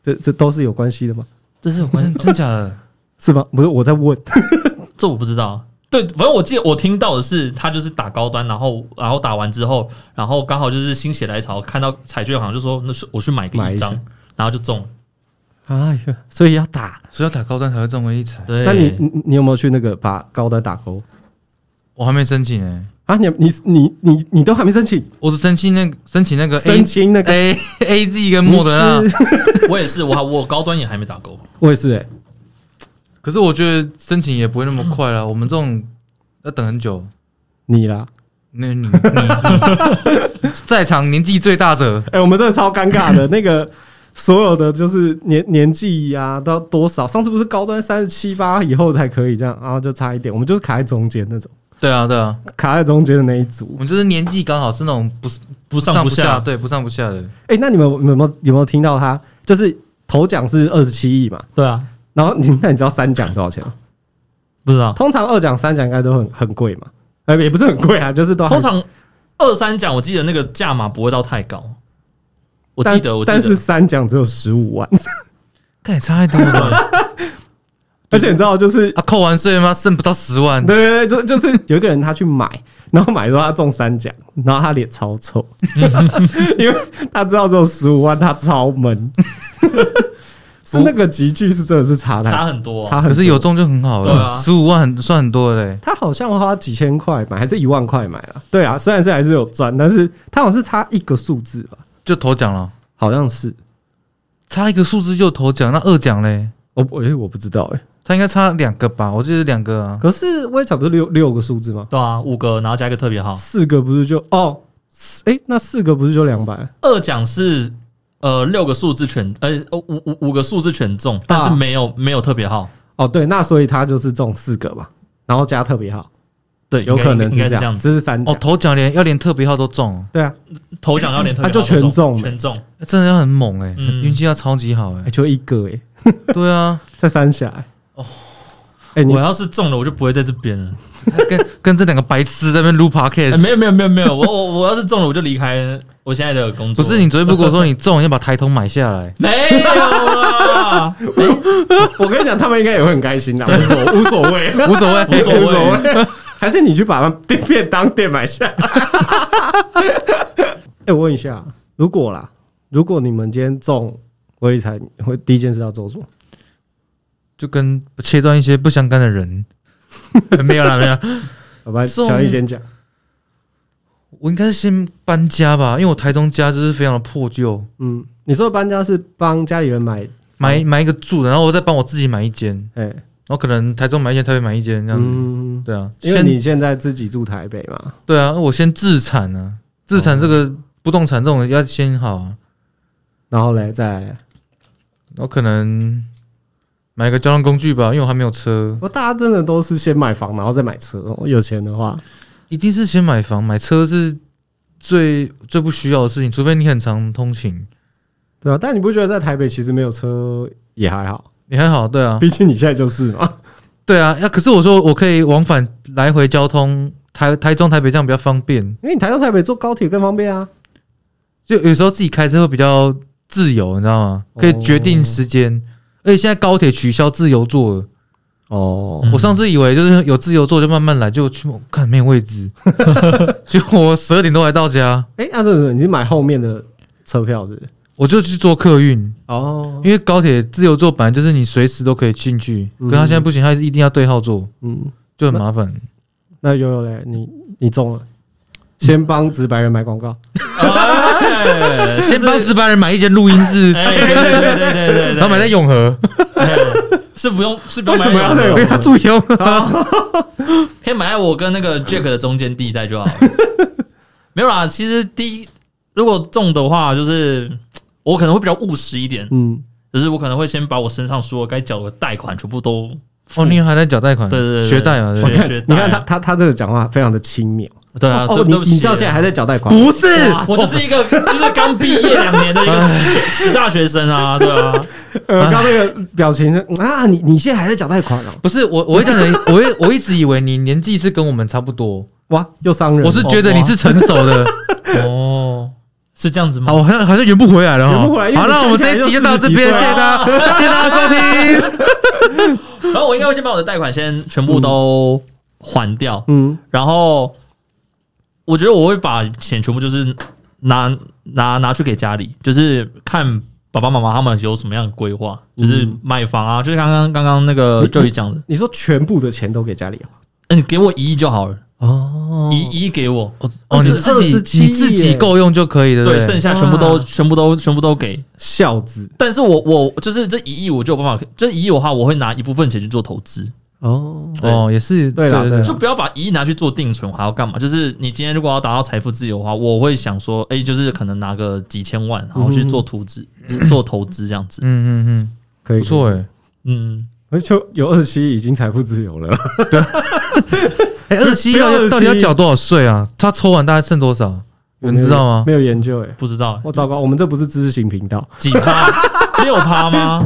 Speaker 3: 这这都是有关系的吗？
Speaker 2: 这是有关真假的？
Speaker 3: 是吗？不是，我在问。
Speaker 1: 这我不知道。对，反正我记得我听到的是，他就是打高端，然后然后打完之后，然后刚好就是心血来潮，看到彩券好像就说那是我去买个
Speaker 3: 买一
Speaker 1: 一张
Speaker 3: 张，
Speaker 1: 然后就中了。
Speaker 3: 哎呀，所以要打。
Speaker 2: 所以要打高端才会中微一彩。
Speaker 1: 对，
Speaker 3: 那你你你有没有去那个把高端打勾
Speaker 2: 我还没申请哎，
Speaker 3: 啊？你你你你你都还没申请，
Speaker 2: 我只申请那个申请那个 A
Speaker 3: 申请那个
Speaker 2: A A Z 跟哎莫德纳
Speaker 3: 你。是
Speaker 1: 我也是，我我高端也还没打够。
Speaker 3: 我也是哎、
Speaker 2: 可是我觉得申请也不会那么快啦，我们这种要等很久。
Speaker 3: 你啦，
Speaker 2: 那你你你 在场年纪最大者，
Speaker 3: 哎、我们真的超尴尬的。那个所有的就是年年纪呀、到多少？上次不是高端三十七八以后才可以这样，然后就差一点，我们就是卡在中间那种，
Speaker 2: 对啊对啊，
Speaker 3: 卡在中间的那一
Speaker 2: 我
Speaker 3: 组。
Speaker 2: 们就是年纪刚好是那种不是
Speaker 1: 不上
Speaker 2: 上
Speaker 1: 不下
Speaker 2: 对不上不下的。
Speaker 3: 哎、那你们有没有有没有听到他？就是头奖是二十七亿嘛，
Speaker 1: 对啊，
Speaker 3: 然后你 那你知道三奖多少钱吗？
Speaker 1: 不知道。
Speaker 3: 通常二奖三奖应该都很很贵嘛，哎、也不是很贵啊，就是都还
Speaker 1: 通常二三奖，我记得那个价码不会到太高。我记
Speaker 3: 但
Speaker 1: 得，我记
Speaker 3: 但是
Speaker 1: 得，
Speaker 3: 三奖只有十五万，
Speaker 2: 看也差太多了
Speaker 3: 而且你知道，就是
Speaker 2: 啊！扣完税吗？剩不到十万
Speaker 3: 对， 对对，就就是有一个人他去买，然后买之后他中三奖，然后他脸超臭， 因为他知道只有十五万，他超闷。是那个集聚是真的是差太
Speaker 1: 差很多啊
Speaker 3: 差很多
Speaker 2: 可是有中就很好
Speaker 1: 对
Speaker 2: 了，
Speaker 1: 啊
Speaker 2: 十五万很算很多的嘞。
Speaker 3: 他好像花几千块买，还是一万块买了？对啊，虽然是还是有赚，但是他好像是差一个数字吧，
Speaker 2: 就头奖了，
Speaker 3: 好像是
Speaker 2: 差一个数字就头奖，那二奖嘞，
Speaker 3: 哦我我、诶我不知道哎、
Speaker 2: 他应该差两个吧？我记得两个啊。
Speaker 3: 可是微彩不是六六个数字吗？
Speaker 1: 对啊，五个，然后加一个特别号。
Speaker 3: 四个不是就哦，哎、诶那四个不是就两百？
Speaker 1: 二奖是呃六个数字全，呃五五五个数字全中，但是
Speaker 3: 啊
Speaker 1: 没有没有特别号。
Speaker 3: 哦，对，那所以他就是中四个嘛，然后加特别号，
Speaker 1: 对，
Speaker 3: 有
Speaker 1: 应该
Speaker 3: 可能
Speaker 1: 应该是
Speaker 3: 是这
Speaker 1: 这样
Speaker 3: 样，
Speaker 1: 子。
Speaker 3: 这是三
Speaker 2: 哦，
Speaker 3: 奖，
Speaker 2: 头奖连要连特别号都中哦，
Speaker 3: 对啊，
Speaker 1: 头奖要连特别
Speaker 3: 啊就
Speaker 1: 号都
Speaker 3: 全中
Speaker 1: 全中。
Speaker 2: 真的要很猛哎，
Speaker 1: 嗯
Speaker 2: 运气要超级好哎
Speaker 3: 欸哎。就一个哎，
Speaker 2: 对啊，
Speaker 3: 在三峡欸，哎，你
Speaker 1: 哦我要是中了，我就不会在这边了。
Speaker 2: 跟跟这两个白痴在那边撸
Speaker 1: 哎
Speaker 2: podcast，
Speaker 1: 没有没有没有没有，我我我要是中了，我就离开我现在的工
Speaker 2: 不
Speaker 1: 作。
Speaker 2: 是你昨天不是跟我说你中，你 要把台通买下来？
Speaker 1: 没有啦，
Speaker 3: 我跟你讲，他们应该也会很开心的，无所 无所谓，
Speaker 2: 无所谓，
Speaker 1: 无所谓
Speaker 3: 无所谓。还是你去把店便当店买下 来。哎，我问一下，如果啦，如果你们今天中威力彩，你会第一件事要做什么？
Speaker 2: 就跟切断一些不相干的 人。呃没有啦，没有啦，
Speaker 3: 好吧，
Speaker 2: 中
Speaker 3: 小易先讲。
Speaker 2: 我应该是先搬家吧，因为我台中家就是非常的破旧，
Speaker 3: 嗯，你说的搬家是帮家里人买，
Speaker 2: 买买一个住的，然后我再帮我自己买一间，然
Speaker 3: 哎，
Speaker 2: 后可能台中买一间，台北买一间这样子。
Speaker 3: 嗯，
Speaker 2: 对啊，
Speaker 3: 因为
Speaker 2: 先
Speaker 3: 你现在自己住台北嘛，
Speaker 2: 对啊，我先自产啊，自
Speaker 3: 哦
Speaker 2: 产这个不动产这种要先好啊，
Speaker 3: 然后嘞，再来，
Speaker 2: 然后可能买个交通工具吧，因为我还没有车，
Speaker 3: 我大家真的都是先买房，然后再买车哦。有钱的话，
Speaker 2: 一定是先买房，买车是最最不需要的事情，除非你很常通勤，
Speaker 3: 对啊，但你不觉得在台北其实没有车也还好？
Speaker 2: 你还好，对啊，
Speaker 3: 毕竟你现在就是嘛。
Speaker 2: 对啊，那、可是我说我可以往返来回交通，台台中台北这样比较方便，
Speaker 3: 因为你台中台北坐高铁更方便啊。
Speaker 2: 就有时候自己开车会比较自由，你知道吗？
Speaker 1: 哦
Speaker 2: 可以决定时间，而且现在高铁取消自由座了。
Speaker 3: 哦
Speaker 1: 嗯
Speaker 2: 我上次以为就是有自由座就慢慢来，就去看没有 位置，结果我十二点多才到家，
Speaker 3: 哎、阿正、你是买后面的车票是不是？
Speaker 2: 我就去坐客运，
Speaker 3: 哦，
Speaker 2: 因为高铁自由座本来就是你随时都可以进去，
Speaker 3: 嗯
Speaker 2: 可他现在不行，他一定要对号坐，
Speaker 3: 嗯，
Speaker 2: 就很 麻烦。
Speaker 3: 那悠悠嘞，你你中了，先帮直白人买广告。
Speaker 1: 哎
Speaker 2: 先帮值班人买一间录音室，
Speaker 1: 哎， 对对对对对对，
Speaker 2: 然后买在 永和，
Speaker 1: 哎是不用是不用买
Speaker 3: 为什么要
Speaker 1: 我的
Speaker 3: 这
Speaker 2: 因
Speaker 3: 样
Speaker 2: 为他住永和，
Speaker 1: 可以买在我跟那个 Jack 的中间地带 就好了。没有啦，其实第一，如果中的话，就是我可能会比较务实一点，
Speaker 3: 嗯，
Speaker 1: 就是我可能会先把我身上所有该缴的贷款全部都付
Speaker 2: 哦，你还在缴贷款，
Speaker 1: 对对对对
Speaker 2: 学贷啊，对
Speaker 1: 学
Speaker 2: 不对
Speaker 1: 学
Speaker 3: 你
Speaker 1: 贷啊
Speaker 3: 看他他他这个讲话非常的轻蔑。
Speaker 1: 对啊，
Speaker 3: 哦，
Speaker 1: 对
Speaker 3: 你
Speaker 1: 对不起
Speaker 3: 你到现在还在哦缴 贷 款？
Speaker 2: 不是，哦
Speaker 1: 我 就是一个就是刚毕业两年的一 个死死大学生啊，对啊，
Speaker 3: 呃，刚刚那个表情是啊，你你现在还在缴贷款哦？
Speaker 2: 不是我，我会讲的，我一我一直以为你年纪是跟我们差不 多，
Speaker 3: 哇，又伤人了。
Speaker 2: 我是觉得你是成熟的。
Speaker 1: 哦，是这样子吗？
Speaker 2: 好，好像好像圆不回来了哈。
Speaker 3: 圆不回来因为
Speaker 2: 好，那我们这一集就到这边，谢
Speaker 3: 你
Speaker 2: 谢大家，谢谢大家收听。
Speaker 1: 然后我应该会先把我的贷款先全部都还掉，
Speaker 3: 嗯，
Speaker 1: 然后我觉得我会把钱全部就是拿拿拿去给家里，就是看爸爸妈妈他们有什么样的规划，就是
Speaker 3: 嗯
Speaker 1: 买房啊，就是刚刚刚刚那个
Speaker 3: 你
Speaker 1: 就宇讲的，
Speaker 3: 你说全部的钱都给家里啊？
Speaker 1: 嗯，你给我一亿就好了，
Speaker 2: 哦
Speaker 1: 一一亿给我，
Speaker 2: 哦，你
Speaker 3: 27
Speaker 2: 自己你自己
Speaker 3: 耶
Speaker 2: 够用就可以，对不
Speaker 1: 对，剩下全部都
Speaker 3: 哇
Speaker 1: 全部都全部都给。
Speaker 3: 孝子
Speaker 1: 但是我我就是这一亿，我就有办法，这一亿的话，我会拿一部分钱去做投资，
Speaker 3: 哦，
Speaker 2: 哦，也是
Speaker 3: 对啦
Speaker 2: 对
Speaker 3: 对啦
Speaker 1: 就不要把一亿拿去做定存，还要干嘛？就是你今天如果要达到财富自由的话，我会想说，哎、就是可能拿个几千万，
Speaker 2: 嗯
Speaker 1: 然后去做投资、做投资这样子。
Speaker 2: 嗯嗯嗯，
Speaker 3: 可以
Speaker 2: 不错，哎
Speaker 1: 嗯，
Speaker 3: 可以就有二期已经财富自由了。
Speaker 2: 哎，二七
Speaker 3: 不要
Speaker 2: 要
Speaker 3: 27
Speaker 2: 到底要缴多少税啊？他抽完大概剩多少？有人知道吗？
Speaker 3: 没有研究哎，
Speaker 1: 不知道
Speaker 3: 我糟糕，我们这不是知识型频道，
Speaker 1: 几 趴，六趴吗？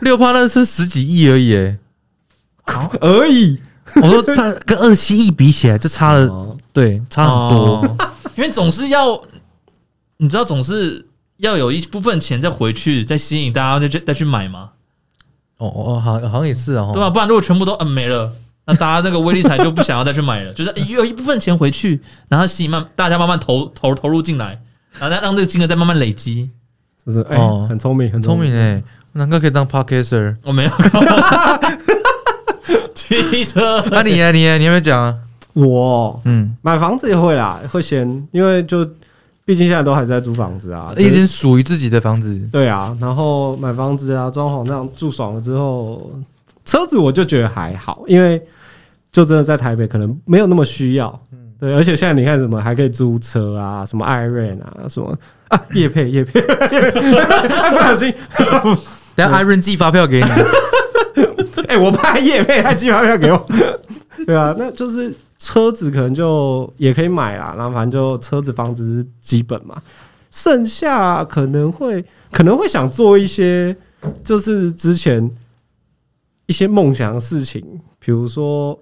Speaker 2: 六趴那是十几亿而已，哎，哦
Speaker 3: 而已。
Speaker 2: 我说他跟二七亿比起来就差了，
Speaker 3: 哦
Speaker 2: 对，差很啊多。
Speaker 1: 哦，因为总是要，你知道，总是要有一部分钱再回去，再吸引大家再去再去买嘛，
Speaker 2: 哦哦，好，好像也是啊，
Speaker 1: 对
Speaker 2: 哈。
Speaker 1: 吧？不然如果全部都嗯没了。那大家这个威力彩就不想要再去 买了，就是哎有一部分钱回去，然后吸引慢大家慢慢投投投入进来，然后再让这个金额再慢慢累积。
Speaker 3: 就是哎
Speaker 2: 哦，
Speaker 3: 很聪明，很
Speaker 2: 很聪明。哎，难怪可以当 podcaster。
Speaker 1: 我哦没有 汽车，
Speaker 2: 那啊你呢？你呢？你有没有讲啊？
Speaker 3: 我
Speaker 2: 嗯，
Speaker 3: 买房子也会啦，会先，因为就毕竟现在都还是在租房子啊，
Speaker 2: 嗯一间属于自己的房子。
Speaker 3: 对啊，然后买房子啊，装潢那样住爽了之后，车子我就觉得还好，因为就真的在台北可能没有那么需要。对，而且现在你看什么还可以租车啊，什么艾瑞啊，什么啊，叶配叶配， 不小心，
Speaker 2: 等下阿润寄发票给你，
Speaker 3: 哎、我怕叶配，他寄发票给我。对啊，那就是车子可能就也可以买啦，然后反正就车子、房子是基本嘛，剩下可能会可能会想做一些，就是之前一些梦想的事情，比如说，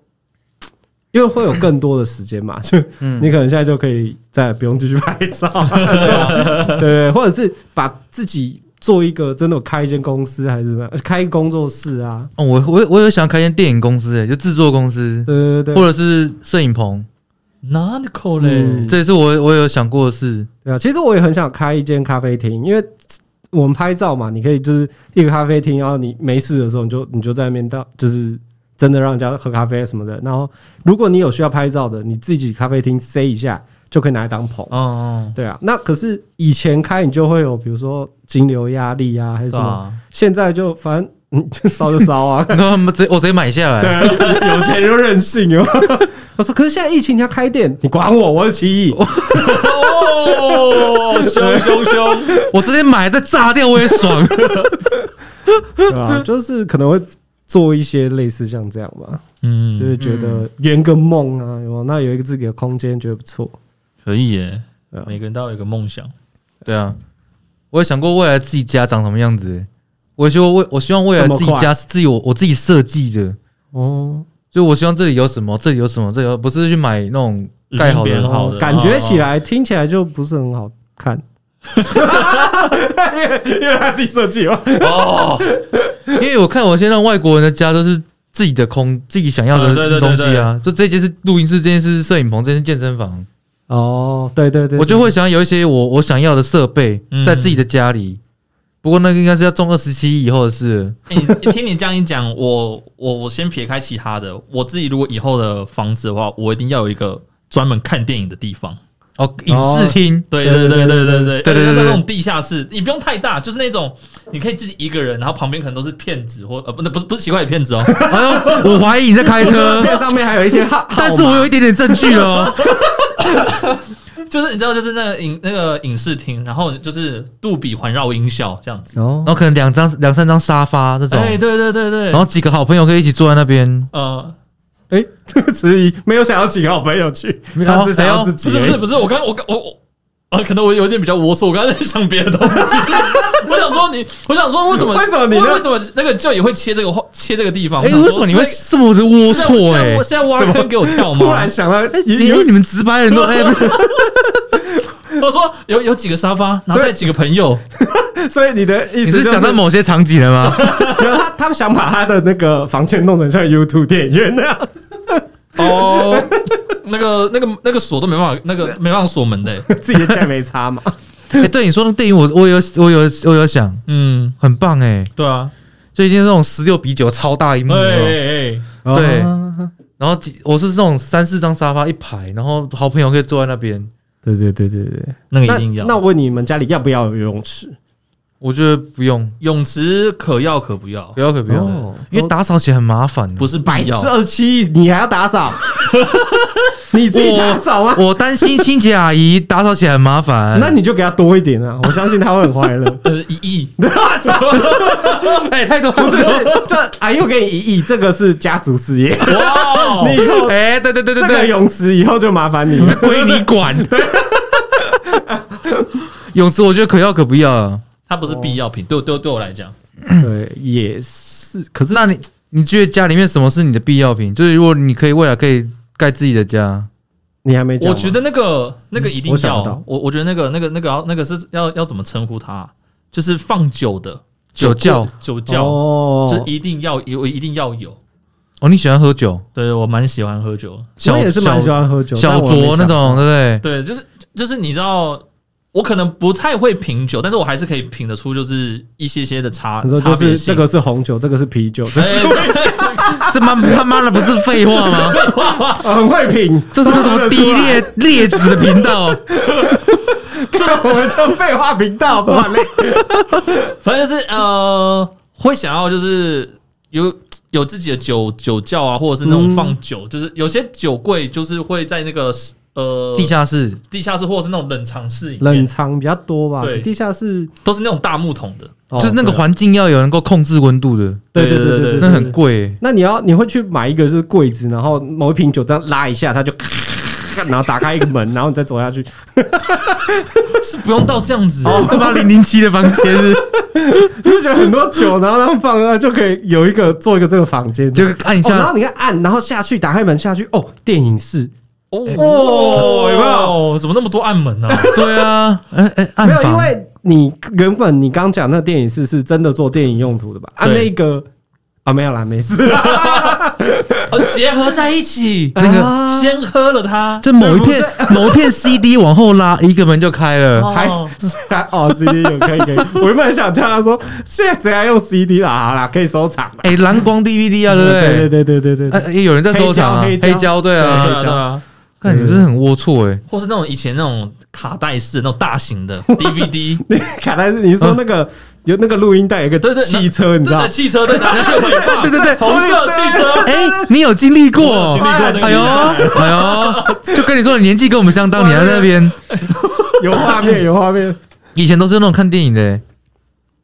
Speaker 3: 因为会有更多的时间嘛，就你可能现在就可以再也不用继续拍照，对对，或者是把自己做一个真的有开一间公司还是怎么样，呃开工作室啊，
Speaker 2: 哦，我我我有想开间电影公司，哎，就制作公司，
Speaker 3: 对对对
Speaker 2: 或者
Speaker 3: 对，
Speaker 2: 是摄影棚，
Speaker 1: 哪里扣嘞？
Speaker 3: 嗯
Speaker 2: 这也是我我有想过的事。，
Speaker 3: 对啊，其实我也很想开一间咖啡厅，因为。我们拍照嘛，你可以就是一个咖啡厅，然后你没事的时候，你就你就在那边到，就是真的让人家喝咖啡什么的。然后，如果你有需要拍照的，你自己咖啡厅塞一下，就可以拿来当棚。
Speaker 1: 哦哦，
Speaker 3: 对啊，那可是以前开你就会有，比如说金流压力啊，还是
Speaker 1: 对
Speaker 3: 什么。
Speaker 1: 吧？
Speaker 3: 现在就反正嗯，就烧就烧啊
Speaker 2: 然后直接我直接买下
Speaker 3: 对
Speaker 2: 来，
Speaker 3: 啊，有钱就任性哦。 我说，可是现在疫情你要开店，你管我，我是奇异，
Speaker 1: 哦，凶凶凶！
Speaker 2: 我直接买再炸掉我也爽。
Speaker 3: 对吧？就是可能会做一些类似像这样吧，就
Speaker 1: 嗯，
Speaker 3: 是觉得圆个梦啊，有没有那有一个自己的空间，觉得不错。
Speaker 1: 可以耶
Speaker 3: 对啊，
Speaker 1: 每个人都要有一个梦 想。
Speaker 2: 对啊，我也想过未来自己家长什么样子、欸。我希望未我希望未来自己家是自己我我自己设计的，
Speaker 3: 哦，
Speaker 2: 就我希望这里有什么，这里有什么，这里有不是去买那种盖好
Speaker 1: 已经变
Speaker 2: 的
Speaker 1: 很了好的
Speaker 3: 哦感觉起来、听起来就不是很好看。因为因为他自己设计嘛，
Speaker 2: 哦，因为我看我现在外国人的家都是自己的空，自己想要
Speaker 1: 嗯对对
Speaker 2: 的
Speaker 1: 对
Speaker 2: 东西啊，就这间是录音室，这间是摄影棚，这间是健身房，
Speaker 3: 哦，对对对，
Speaker 2: 我就
Speaker 3: 对
Speaker 2: 会想要有一些我我想要的设备
Speaker 1: 嗯
Speaker 2: 在自己的家里。不过那个应该是要中二十七以后的事了。
Speaker 1: 欸你听你这样一讲，我我我先撇开其他的，我自己如果以后的房子的话，我一定要有一个专门看电影的地方。
Speaker 2: 哦，影视厅，
Speaker 1: 对
Speaker 3: 对
Speaker 1: 对对对对
Speaker 3: 对
Speaker 1: 对
Speaker 2: 对对
Speaker 1: 而且
Speaker 2: 对
Speaker 1: 那
Speaker 2: 对
Speaker 1: 种地下室，你不用太大，就是那种你可以自己一个人，然后旁边可能都是骗子或呃不那不是不是奇怪的骗子 哦，
Speaker 2: 哎呦，我怀疑你在开 车，
Speaker 3: 片上面还有一些号，
Speaker 2: 但是我有一点点证据了哦。
Speaker 1: 就是你知道就是那个影那个影视厅，然后就是杜比环绕音效这样子。
Speaker 3: 哦
Speaker 2: 然后可能两张、两三张沙发这种，
Speaker 1: 哎，对对对对，
Speaker 2: 然后几个好朋友可以一起坐在那边。
Speaker 1: 呃，
Speaker 3: 哎、这个迟疑没有想要请好朋友去，
Speaker 2: 没有
Speaker 3: 他只想要自己
Speaker 1: 不是
Speaker 3: 而
Speaker 1: 不
Speaker 3: 已、
Speaker 1: 是不是，我刚我刚我我啊，可能我有点比较啰嗦，我刚才在想别的东西。 我想说你，我想说为什么？
Speaker 3: 为什么你
Speaker 1: 为
Speaker 3: 那
Speaker 1: 为什么那个舅也会切这个话切这个地方？
Speaker 2: 哎，为什么你会这么的龌
Speaker 1: 不
Speaker 2: 龊？哎
Speaker 1: 是，在挖
Speaker 3: 怎么
Speaker 1: 坑给我跳
Speaker 3: 突
Speaker 1: 吗
Speaker 3: 然？想到，哎、
Speaker 2: 你
Speaker 3: 你
Speaker 2: 因
Speaker 3: 有
Speaker 2: 为你们直白人都哎，不是
Speaker 1: 我说有有几个沙发，然后
Speaker 3: 所以
Speaker 1: 带几个朋友，
Speaker 3: 所以你的意
Speaker 2: 你
Speaker 3: 思、
Speaker 2: 是想到某些场景了吗？
Speaker 3: 没有他他们想把他的那个房间弄成像 YouTube 电影院那样，
Speaker 1: 哦， 那个那个那个锁都没办法，那个没办法锁门的、欸
Speaker 3: 自己的家没差嘛？
Speaker 2: 哎，对你说那电影，我我有我有我有想，
Speaker 1: 嗯，
Speaker 2: 很棒哎，
Speaker 1: 对啊，
Speaker 2: 就一定是那种十六比九超大一幕
Speaker 1: 哎
Speaker 2: 哦，
Speaker 1: 哎哎，
Speaker 2: 对
Speaker 3: 哦
Speaker 2: 然后几我是这种三四张沙发一排，然后好朋友可以坐在那边。
Speaker 3: 对对对对对，
Speaker 1: 那个
Speaker 3: 那
Speaker 1: 一定要。
Speaker 3: 那我问你们家里要不要有游泳池？
Speaker 2: 我觉得不用，
Speaker 1: 泳池可要可不要
Speaker 2: 不，要可不要，
Speaker 3: 哦
Speaker 2: 因为打扫起来很麻烦。啊
Speaker 1: 不是必
Speaker 3: 百
Speaker 1: 要
Speaker 3: 四。二七，哎你还要打扫？你自己打扫 啊？
Speaker 2: 我担心清洁阿姨打扫起来很麻烦。
Speaker 3: 那你就给他多一点啊！我相信他会很快 乐。
Speaker 1: 呃，一亿，
Speaker 2: 哎、太多
Speaker 3: 不是，就阿又给你一亿，这个是家族事业。
Speaker 1: 哦哇
Speaker 3: 你以后
Speaker 2: 哎、对对对对
Speaker 3: 这个
Speaker 2: 对，
Speaker 3: 泳池以后就麻烦你了。
Speaker 2: 归你管。泳池我觉得可要可不要啊。
Speaker 1: 它不是必要品，对对对我来讲，
Speaker 3: 对，也是。可是
Speaker 2: 那你你觉得家里面什么是你的必要品？就是如果你可以未来可以盖自己的家，
Speaker 3: 你还没讲
Speaker 1: 我
Speaker 3: 吗，嗯
Speaker 1: 觉得那个那个一定
Speaker 3: 我想
Speaker 1: 要，
Speaker 3: 不到
Speaker 1: 我我觉得那个那个那个要那个是要要怎么称呼它啊、就是放酒的
Speaker 2: 酒窖
Speaker 1: 酒窖，
Speaker 3: 哦
Speaker 1: 这一定要有一定要有。
Speaker 2: 哦，你喜欢喝酒，
Speaker 1: 对我蛮喜欢喝酒，
Speaker 2: 小
Speaker 3: 我也是蛮喜欢喝酒，
Speaker 2: 小
Speaker 3: 但我没
Speaker 2: 酌那
Speaker 3: 想
Speaker 2: 种，对不对？
Speaker 1: 对，就是就是你知道，我可能不太会品酒，但是我还是可以品得出就是一些些的差
Speaker 3: 你说
Speaker 1: 差
Speaker 3: 就
Speaker 1: 别
Speaker 3: 是
Speaker 1: 性
Speaker 3: 这。个是红酒，这个是啤酒，这
Speaker 1: 哎
Speaker 2: 这妈他妈的不是废话 吗？
Speaker 3: 啊很会 品，
Speaker 2: 这是什么低劣劣质的频道？
Speaker 3: 看我们就废话频道，不然嘞。
Speaker 1: 反正就是呃，会想要就是有有自己的酒酒窖啊，或者是那种
Speaker 3: 嗯
Speaker 1: 放酒，就是有些酒柜就是会在那个呃
Speaker 2: 地下室
Speaker 1: 地下室或者是那种冷藏室里面，
Speaker 3: 冷藏比较多吧
Speaker 1: 对，
Speaker 3: 地下室
Speaker 1: 都是那种大木桶的。
Speaker 3: 哦
Speaker 2: 就是那个环境要有能够控制温度的，
Speaker 3: 对对对对对，
Speaker 2: 那很
Speaker 3: 对。
Speaker 2: 贵欸、
Speaker 3: 那你要你会去买一个就是柜子，然后某一瓶酒这样拉一下，它就咔看然后打开一个门，然后你再走 下去。
Speaker 1: 是不用到这样子。
Speaker 2: 哦，他妈零零七的房间 是，
Speaker 3: 你就觉得很多酒，然后让放那就可以有一个做一个这个房间，
Speaker 2: 就按一
Speaker 3: 哦，然
Speaker 2: 下
Speaker 3: 后，你看按，然后下去打开门下去，哦，电影室
Speaker 1: 哦
Speaker 3: 哦有没
Speaker 1: 哦，怎么那么多暗门呢、啊？
Speaker 2: 对啊，哎哎，暗
Speaker 3: 没有，因
Speaker 2: 房，
Speaker 3: 为你原本你刚讲那电影室是真的做电影用途的吧？啊，
Speaker 1: 对
Speaker 3: 那个啊没有啦，没事啦，
Speaker 1: 哦，结合在一起，
Speaker 2: 那个
Speaker 3: 啊
Speaker 1: 先喝了它，
Speaker 2: 这某一片 某一片 CD 往后拉，一个门就开了。
Speaker 3: 还
Speaker 1: 哦
Speaker 3: 是还哦 CD 有可以可以，我原本想叫他说现在谁还用 CD 啦？好啦，可以收藏了。
Speaker 2: 哎，蓝光 DVD 啊，对不
Speaker 3: 对
Speaker 2: 对？
Speaker 3: 对对对对
Speaker 2: 哎，
Speaker 3: 对，
Speaker 2: 也有人在收藏啊，
Speaker 3: 黑胶
Speaker 2: 黑胶，对
Speaker 1: 对
Speaker 2: 啊，
Speaker 1: 啊对啊，
Speaker 2: 看你们真的很龌龊哎。
Speaker 1: 或是那种以前那种卡带式那种大型的 DVD，
Speaker 3: 那个卡带是你说那个有呃那个录音带有一
Speaker 1: 对
Speaker 3: 个
Speaker 1: 对
Speaker 3: 汽车，
Speaker 1: 真
Speaker 3: 你知道
Speaker 1: 的？汽车对，拿去回放，
Speaker 2: 对对对
Speaker 1: 红色汽车，
Speaker 2: 哎，你有经历过？
Speaker 1: 经历过那个
Speaker 2: 哎呦，哎呦，就跟你说，你年纪跟我们相当，你还在那边。
Speaker 3: 有画 面有画面，
Speaker 2: 以前都是那种看电影的、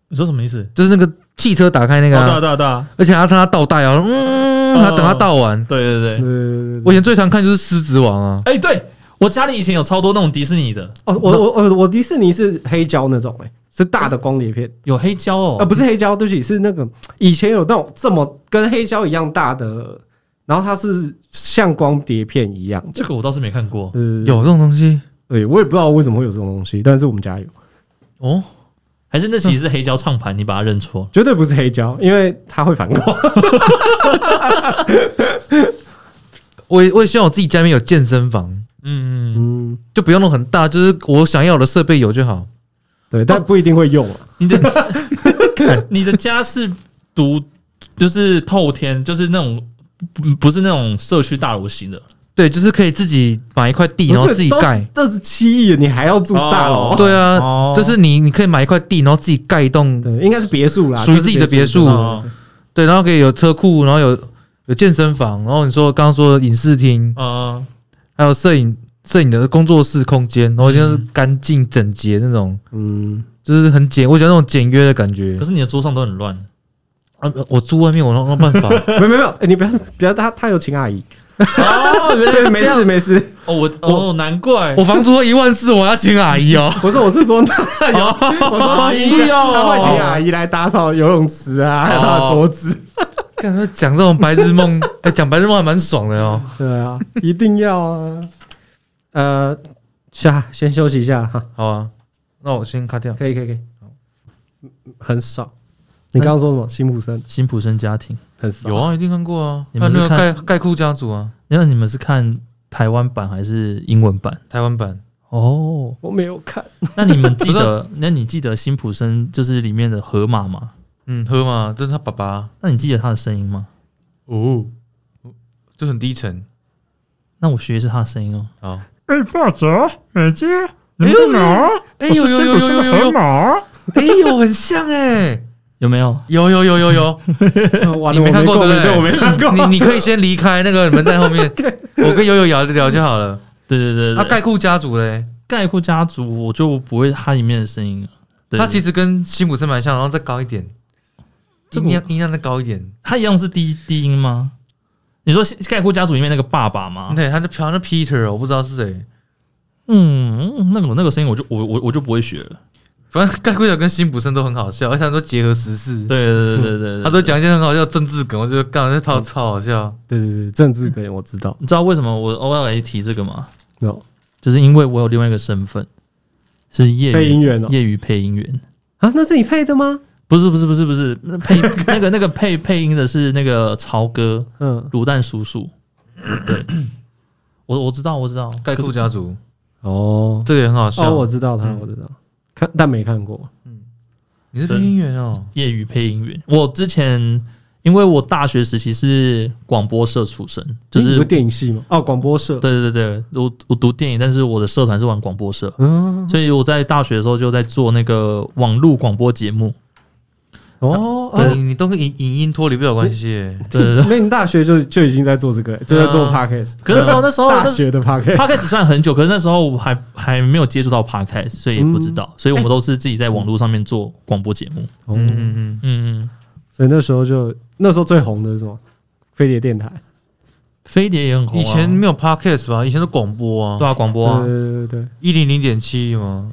Speaker 1: 你说什么意思？
Speaker 2: 就是那个汽车打开那
Speaker 1: 对
Speaker 2: 个啊、
Speaker 1: 啊对啊对啊，
Speaker 2: 而且还要让它倒带啊，嗯，还要等它倒完。
Speaker 1: 对对对，
Speaker 3: 呃，
Speaker 2: 我以前最常看就是《狮子王》啊，
Speaker 1: 哎对。我家里以前有超多那种迪士尼的，
Speaker 3: 哦，我我我我迪士尼是黑胶那种、欸，是大的光碟片，
Speaker 1: 有黑胶
Speaker 3: 啊、
Speaker 1: 哦，
Speaker 3: 不是黑胶，对不起，是那个以前有那种这么跟黑胶一样大的，然后它是像光碟片一样的，
Speaker 1: 这个我倒是没看过。
Speaker 3: 呃，
Speaker 2: 有这种东西
Speaker 3: 对我也不知道为什么会有这种东西，但是我们家有，
Speaker 2: 哦。
Speaker 1: 还是那其实是黑胶唱盘，你把它认错。
Speaker 3: 绝对不是黑胶，因为它会反光，
Speaker 2: 我也我也希望我自己家里面有健身房，
Speaker 1: 嗯，嗯
Speaker 3: 嗯，
Speaker 2: 就不用弄很大，就是我想要的设备有就好。
Speaker 3: 对，
Speaker 2: 哦
Speaker 3: 但不一定会用啊，
Speaker 1: 你的你的家是独，就是透天，就是那种不不是那种社区大楼型的。
Speaker 2: 对，就是可以自己买一块地，然后
Speaker 3: 不是
Speaker 2: 自己
Speaker 3: 都是
Speaker 2: 盖。
Speaker 3: 这是七亿，你还要住大楼
Speaker 1: 哦，
Speaker 2: 对啊，
Speaker 1: 哦
Speaker 2: 就是你你可以买一块地，然后自己盖一栋，
Speaker 3: 对，应该是别墅啦，
Speaker 2: 属于自己的别墅
Speaker 1: 哦
Speaker 2: 对，然后可以有车库，然后有有健身房，然后你说刚刚说的影视厅，
Speaker 1: 嗯，
Speaker 2: 还有摄影摄影的工作室空间，然后就是干净整洁那种，
Speaker 3: 嗯，
Speaker 2: 就是很简，我喜欢那种简约的感觉
Speaker 1: 可。是你的桌上都很乱，
Speaker 2: 啊，我住外面，我哪有办法？
Speaker 3: 没有没有，哎你不要不要，他他有请 阿姨，
Speaker 1: 哦，原来是
Speaker 3: 没
Speaker 1: 这样
Speaker 3: 事没事，
Speaker 1: 哦，我哦，难怪
Speaker 2: 我房租要一万四，我要请阿姨 哦。
Speaker 3: 不是我是说他
Speaker 1: 我阿姨
Speaker 3: 他会请
Speaker 1: 哦，
Speaker 3: 阿姨来打扫游泳池
Speaker 2: 哦
Speaker 3: 啊，还有他的桌子。
Speaker 2: 感觉讲这种白日梦，哎，讲白日梦还蛮爽的哦。
Speaker 3: 对啊，一定要啊。呃，下先休息一下哈，
Speaker 2: 好啊，那我先卡掉。
Speaker 3: 可以可以可以。很少，你刚刚说什么？辛普森
Speaker 1: 辛普森家庭。
Speaker 3: 很少
Speaker 2: 有啊，一定看过啊，
Speaker 1: 你
Speaker 2: 还有
Speaker 1: 们是
Speaker 2: 那个
Speaker 1: 看
Speaker 2: 盖盖库家族啊，
Speaker 1: 那你们是看台湾版还是英文版？
Speaker 2: 台湾版。
Speaker 1: 哦，
Speaker 3: 我没有 看。
Speaker 1: 那你们记得？那你记得辛普森就是里面的河马吗？
Speaker 2: 嗯，喝嘛，这是他爸爸
Speaker 1: 那你记得他的声音吗？
Speaker 2: 哦，就很低沉。
Speaker 1: 那我学的是他的声音哦。
Speaker 2: 好，
Speaker 4: 哎，大姐，美姬，你们在哪儿？
Speaker 2: 哎
Speaker 4: 我
Speaker 2: 呦
Speaker 4: 是
Speaker 2: 呦
Speaker 4: 辛普
Speaker 2: 呦呦
Speaker 4: 森的
Speaker 2: 呦
Speaker 4: 河
Speaker 2: 呦，
Speaker 4: 马。
Speaker 2: 哎呦，很像哎，
Speaker 1: 有没有？
Speaker 2: 有有有有 有。
Speaker 3: 完
Speaker 2: 你没看过对不对？
Speaker 3: 我没看过。
Speaker 2: 你你可以先离开，那个你们在后 面，我跟悠悠聊聊就好了。
Speaker 1: 对对对
Speaker 2: 他
Speaker 1: 对，
Speaker 2: 啊盖库家族嘞，
Speaker 1: 盖库家族我就不会他里面的声音了。对
Speaker 2: 他其
Speaker 1: 实
Speaker 2: 实跟辛普森蛮像，然后再高一点，
Speaker 1: 这个
Speaker 2: 音
Speaker 1: 我
Speaker 2: 量音量再高一点。
Speaker 1: 他一样是低低音吗？你说盖库家族里面那个爸爸吗？
Speaker 2: 对，他就飘那 Peter，我不知道是谁。
Speaker 1: 嗯，嗯那个那个声音我就我我我就不会学了。
Speaker 2: 反正盖库家族跟辛普森都很好笑，而且他都结合时事，
Speaker 1: 对对对对对对，
Speaker 2: 他都讲一些很好笑的政治梗，我觉得干这套超好笑。
Speaker 3: 对对对，政治可能我知道。
Speaker 1: 你知道为什么我偶尔来提这个吗？
Speaker 3: no，
Speaker 1: 就是因为我有另外一个身份是业余
Speaker 3: 配音员哦
Speaker 1: 业余配音员。
Speaker 3: 啊，那是你配的吗？
Speaker 1: 不是不是不是不是，那配 那个那个配配音的是那个曹哥
Speaker 3: 嗯，
Speaker 1: 卤蛋叔叔。对，我我知道我知道
Speaker 2: 盖库家族
Speaker 3: 哦
Speaker 2: 这个也很好笑，
Speaker 3: 哦，我知道
Speaker 1: 嗯
Speaker 3: 他，我知道，看但没看过。
Speaker 2: 你是配音员哦，
Speaker 1: 业余配音员。我之前因为我大学时期是广播社出身，就
Speaker 3: 诶你
Speaker 1: 是
Speaker 3: 不电影系吗？哦，广播社。
Speaker 1: 对对对对，我我读电影，但是我的社团是玩广播社，
Speaker 3: 嗯，
Speaker 1: 所以我在大学的时候就在做那个网络广播节目。
Speaker 3: 哦，哦
Speaker 2: 对，你你都跟影影音脱离不了关系。
Speaker 1: 对对 对，
Speaker 3: 那你大学就就已经在做这个，就在
Speaker 2: 对
Speaker 3: 做
Speaker 2: 啊
Speaker 3: podcast。
Speaker 1: 嗯可是那时候那时候
Speaker 3: 大
Speaker 1: 那
Speaker 3: 学的 podcast，
Speaker 1: podcast 算很久，可是那时候我还还没有接触到 podcast，所以也不知道，所以我们都是自己在网络上面做广播节目。
Speaker 2: 嗯
Speaker 3: 嗯，
Speaker 2: 嗯嗯，
Speaker 1: 嗯，嗯
Speaker 3: 所以那时候就那时候最红的是什么？飞碟电台，
Speaker 1: 飞碟也很红、啊，
Speaker 2: 以前没有 podcast 吧？以前是广播啊，
Speaker 1: 对啊，广播啊
Speaker 3: 对，对对对，
Speaker 2: 一零零点七嘛。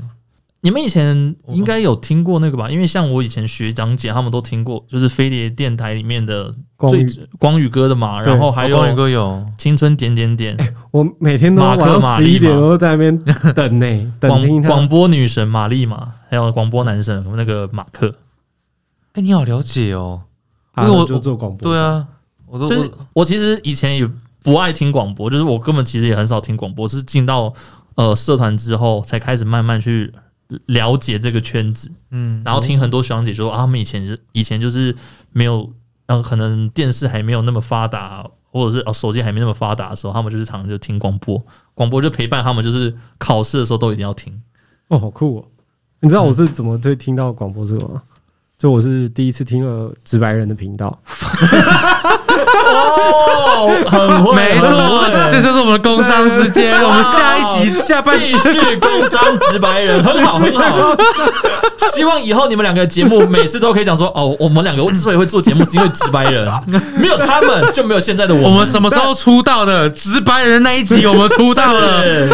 Speaker 1: 你们以前应该有听过那个吧？因为像我以前学长姐他们都听过，就是飞碟电台里面的
Speaker 3: 光
Speaker 1: 最
Speaker 3: 宇，
Speaker 1: 光宇哥的嘛，
Speaker 3: 对
Speaker 1: 然后还有
Speaker 2: 光宇哥有，
Speaker 1: 青春点点点
Speaker 3: 我每天都
Speaker 1: 马
Speaker 3: 晚
Speaker 1: 克
Speaker 3: 上
Speaker 1: 玛
Speaker 3: 十
Speaker 1: 丽
Speaker 3: 一点
Speaker 1: 嘛
Speaker 3: 都在那边 等呢， 等听
Speaker 1: 广
Speaker 3: 他
Speaker 1: 广。播女神玛丽嘛，还有广播男神那个马克，
Speaker 2: 哎，你好了解哦。
Speaker 3: 啊
Speaker 2: 因为我
Speaker 3: 就做广播，
Speaker 2: 对，啊，我都
Speaker 1: 就是
Speaker 2: 我
Speaker 1: 我其实以前也不爱听广播，就是我根本其实也很少听广播，是进到呃社团之后才开始慢慢去了解这个圈子，
Speaker 2: 嗯，
Speaker 1: 然后听很多学长姐说啊，他们以前是以前就是没有，嗯，可能电视还没有那么发达，或者是哦手机还没那么发达的时候，他们就是常常就听广播，广播就陪伴他们，就是考试的时候都一定要听。
Speaker 3: 哦，好酷哦！你知道我是怎么对听到广播这个吗？就我是第一次听了直白人的频道，
Speaker 1: 哦， 很会，啊
Speaker 2: 没错，这就是我们的工商时间。我们下一 集下半集
Speaker 1: 继续工商直白人，很 好很好。希望以后你们两个节目每次都可以讲说哦，我们两个之所以会做节目是因为直白 人，没有他们就没有现在的我
Speaker 2: 我们
Speaker 1: 们。
Speaker 2: 什么时候出道的？直白人那一集我们出道了。
Speaker 1: 对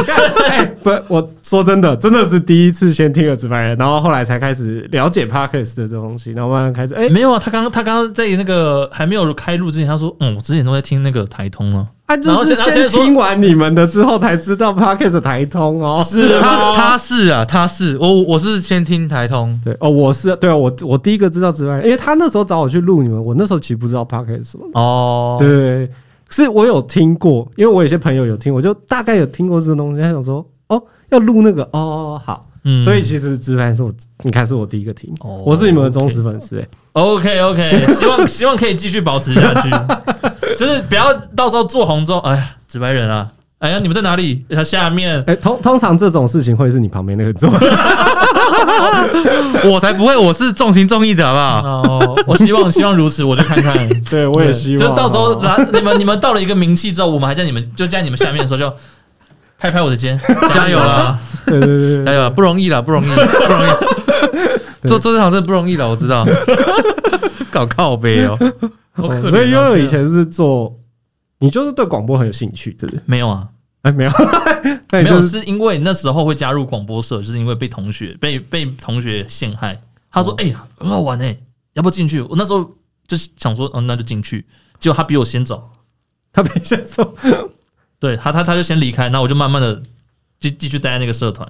Speaker 3: 哎，不，我说真的，真的是第一次先听了直白人，然后后来才开始了解 podcast 的这东西，然后慢慢开始，哎、
Speaker 1: 没有啊，他刚刚他刚刚在那个还没有开录之前，他说嗯，我之前都在听那个台通啊，
Speaker 3: 他、
Speaker 1: 然后
Speaker 3: 就是
Speaker 1: 现在现在
Speaker 3: 先
Speaker 1: 说
Speaker 3: 听完你们的之后才知道 podcast 的台通哦。
Speaker 1: 是
Speaker 2: 他他是啊，他是我我是先听台 通，
Speaker 3: 对哦，我是对啊，我我第一个知道直白人，因为他那时候找我去录你们，我那时候其实不知道 podcast 是什么，
Speaker 1: 哦，
Speaker 3: 对对对，是我有听过，因为我有些朋友有听，我就大概有听过这个东西，他想说哦要录那个哦好，
Speaker 1: 嗯
Speaker 3: 所以其实直白人是我你看是我第一个听，
Speaker 1: 哦
Speaker 3: 我是你们的忠实粉丝、哎
Speaker 1: OK OK，希 望希望可以继续保持下去，就是不要到时候做红之后，哎呀，纸白人啊，哎呀，你们在哪里？他下面
Speaker 3: 哎、通通常这种事情会是你旁边那个做。
Speaker 2: 我才不会，我是重情重义的好不好？
Speaker 1: 哦，我希望希望如此，我就看看。
Speaker 3: 对，我也希望。啊
Speaker 1: 就到时候拿你们你们到了一个名气之后，我们还在你们就在你们下面的时候就拍拍我的 肩， 啊
Speaker 2: 加油啦！
Speaker 3: 对对对
Speaker 2: 哎
Speaker 3: 对，
Speaker 2: 呀，不容易啦，不容易，不 容易。做做这行真的不容易了，我知道。搞靠背哦，
Speaker 1: 好可怜哦！
Speaker 3: 所以悠
Speaker 1: 天
Speaker 3: 悠
Speaker 1: 啊
Speaker 3: 以前是做，你就是对广播很有兴趣，是不是？
Speaker 1: 没有啊，
Speaker 3: 哎，没有， 那你
Speaker 1: 没有，
Speaker 3: 哎就是
Speaker 1: 是因为那时候会加入广播社，就是因为被同学被被同学陷害。他
Speaker 2: 哦
Speaker 1: 说：“哎、呀，很好玩哎、要不要进去？”我那时候就是想说：“嗯，那就进去。”结果他比我先走，
Speaker 3: 他比较做
Speaker 1: 对他，他他就先离开，那我就慢慢的继继续待在那个社团，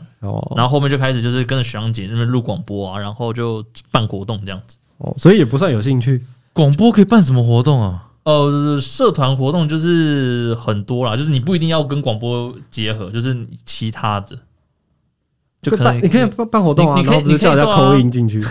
Speaker 3: 哦
Speaker 1: 然后后面就开始就是跟着学长姐那边录广播啊，然后就办活动这样子。
Speaker 3: 哦，所以也不算有兴趣。
Speaker 2: 广播可以办什么活动啊？
Speaker 1: 呃，社团活动就是很多啦，就是你不一定要跟广播结合，就是你其他的，就可能
Speaker 3: 办，你可以办办活动啊，
Speaker 1: 你你
Speaker 3: 然
Speaker 1: 可以
Speaker 3: 后不是叫人
Speaker 1: 你可
Speaker 3: 家
Speaker 1: 以做啊
Speaker 3: 口音进去。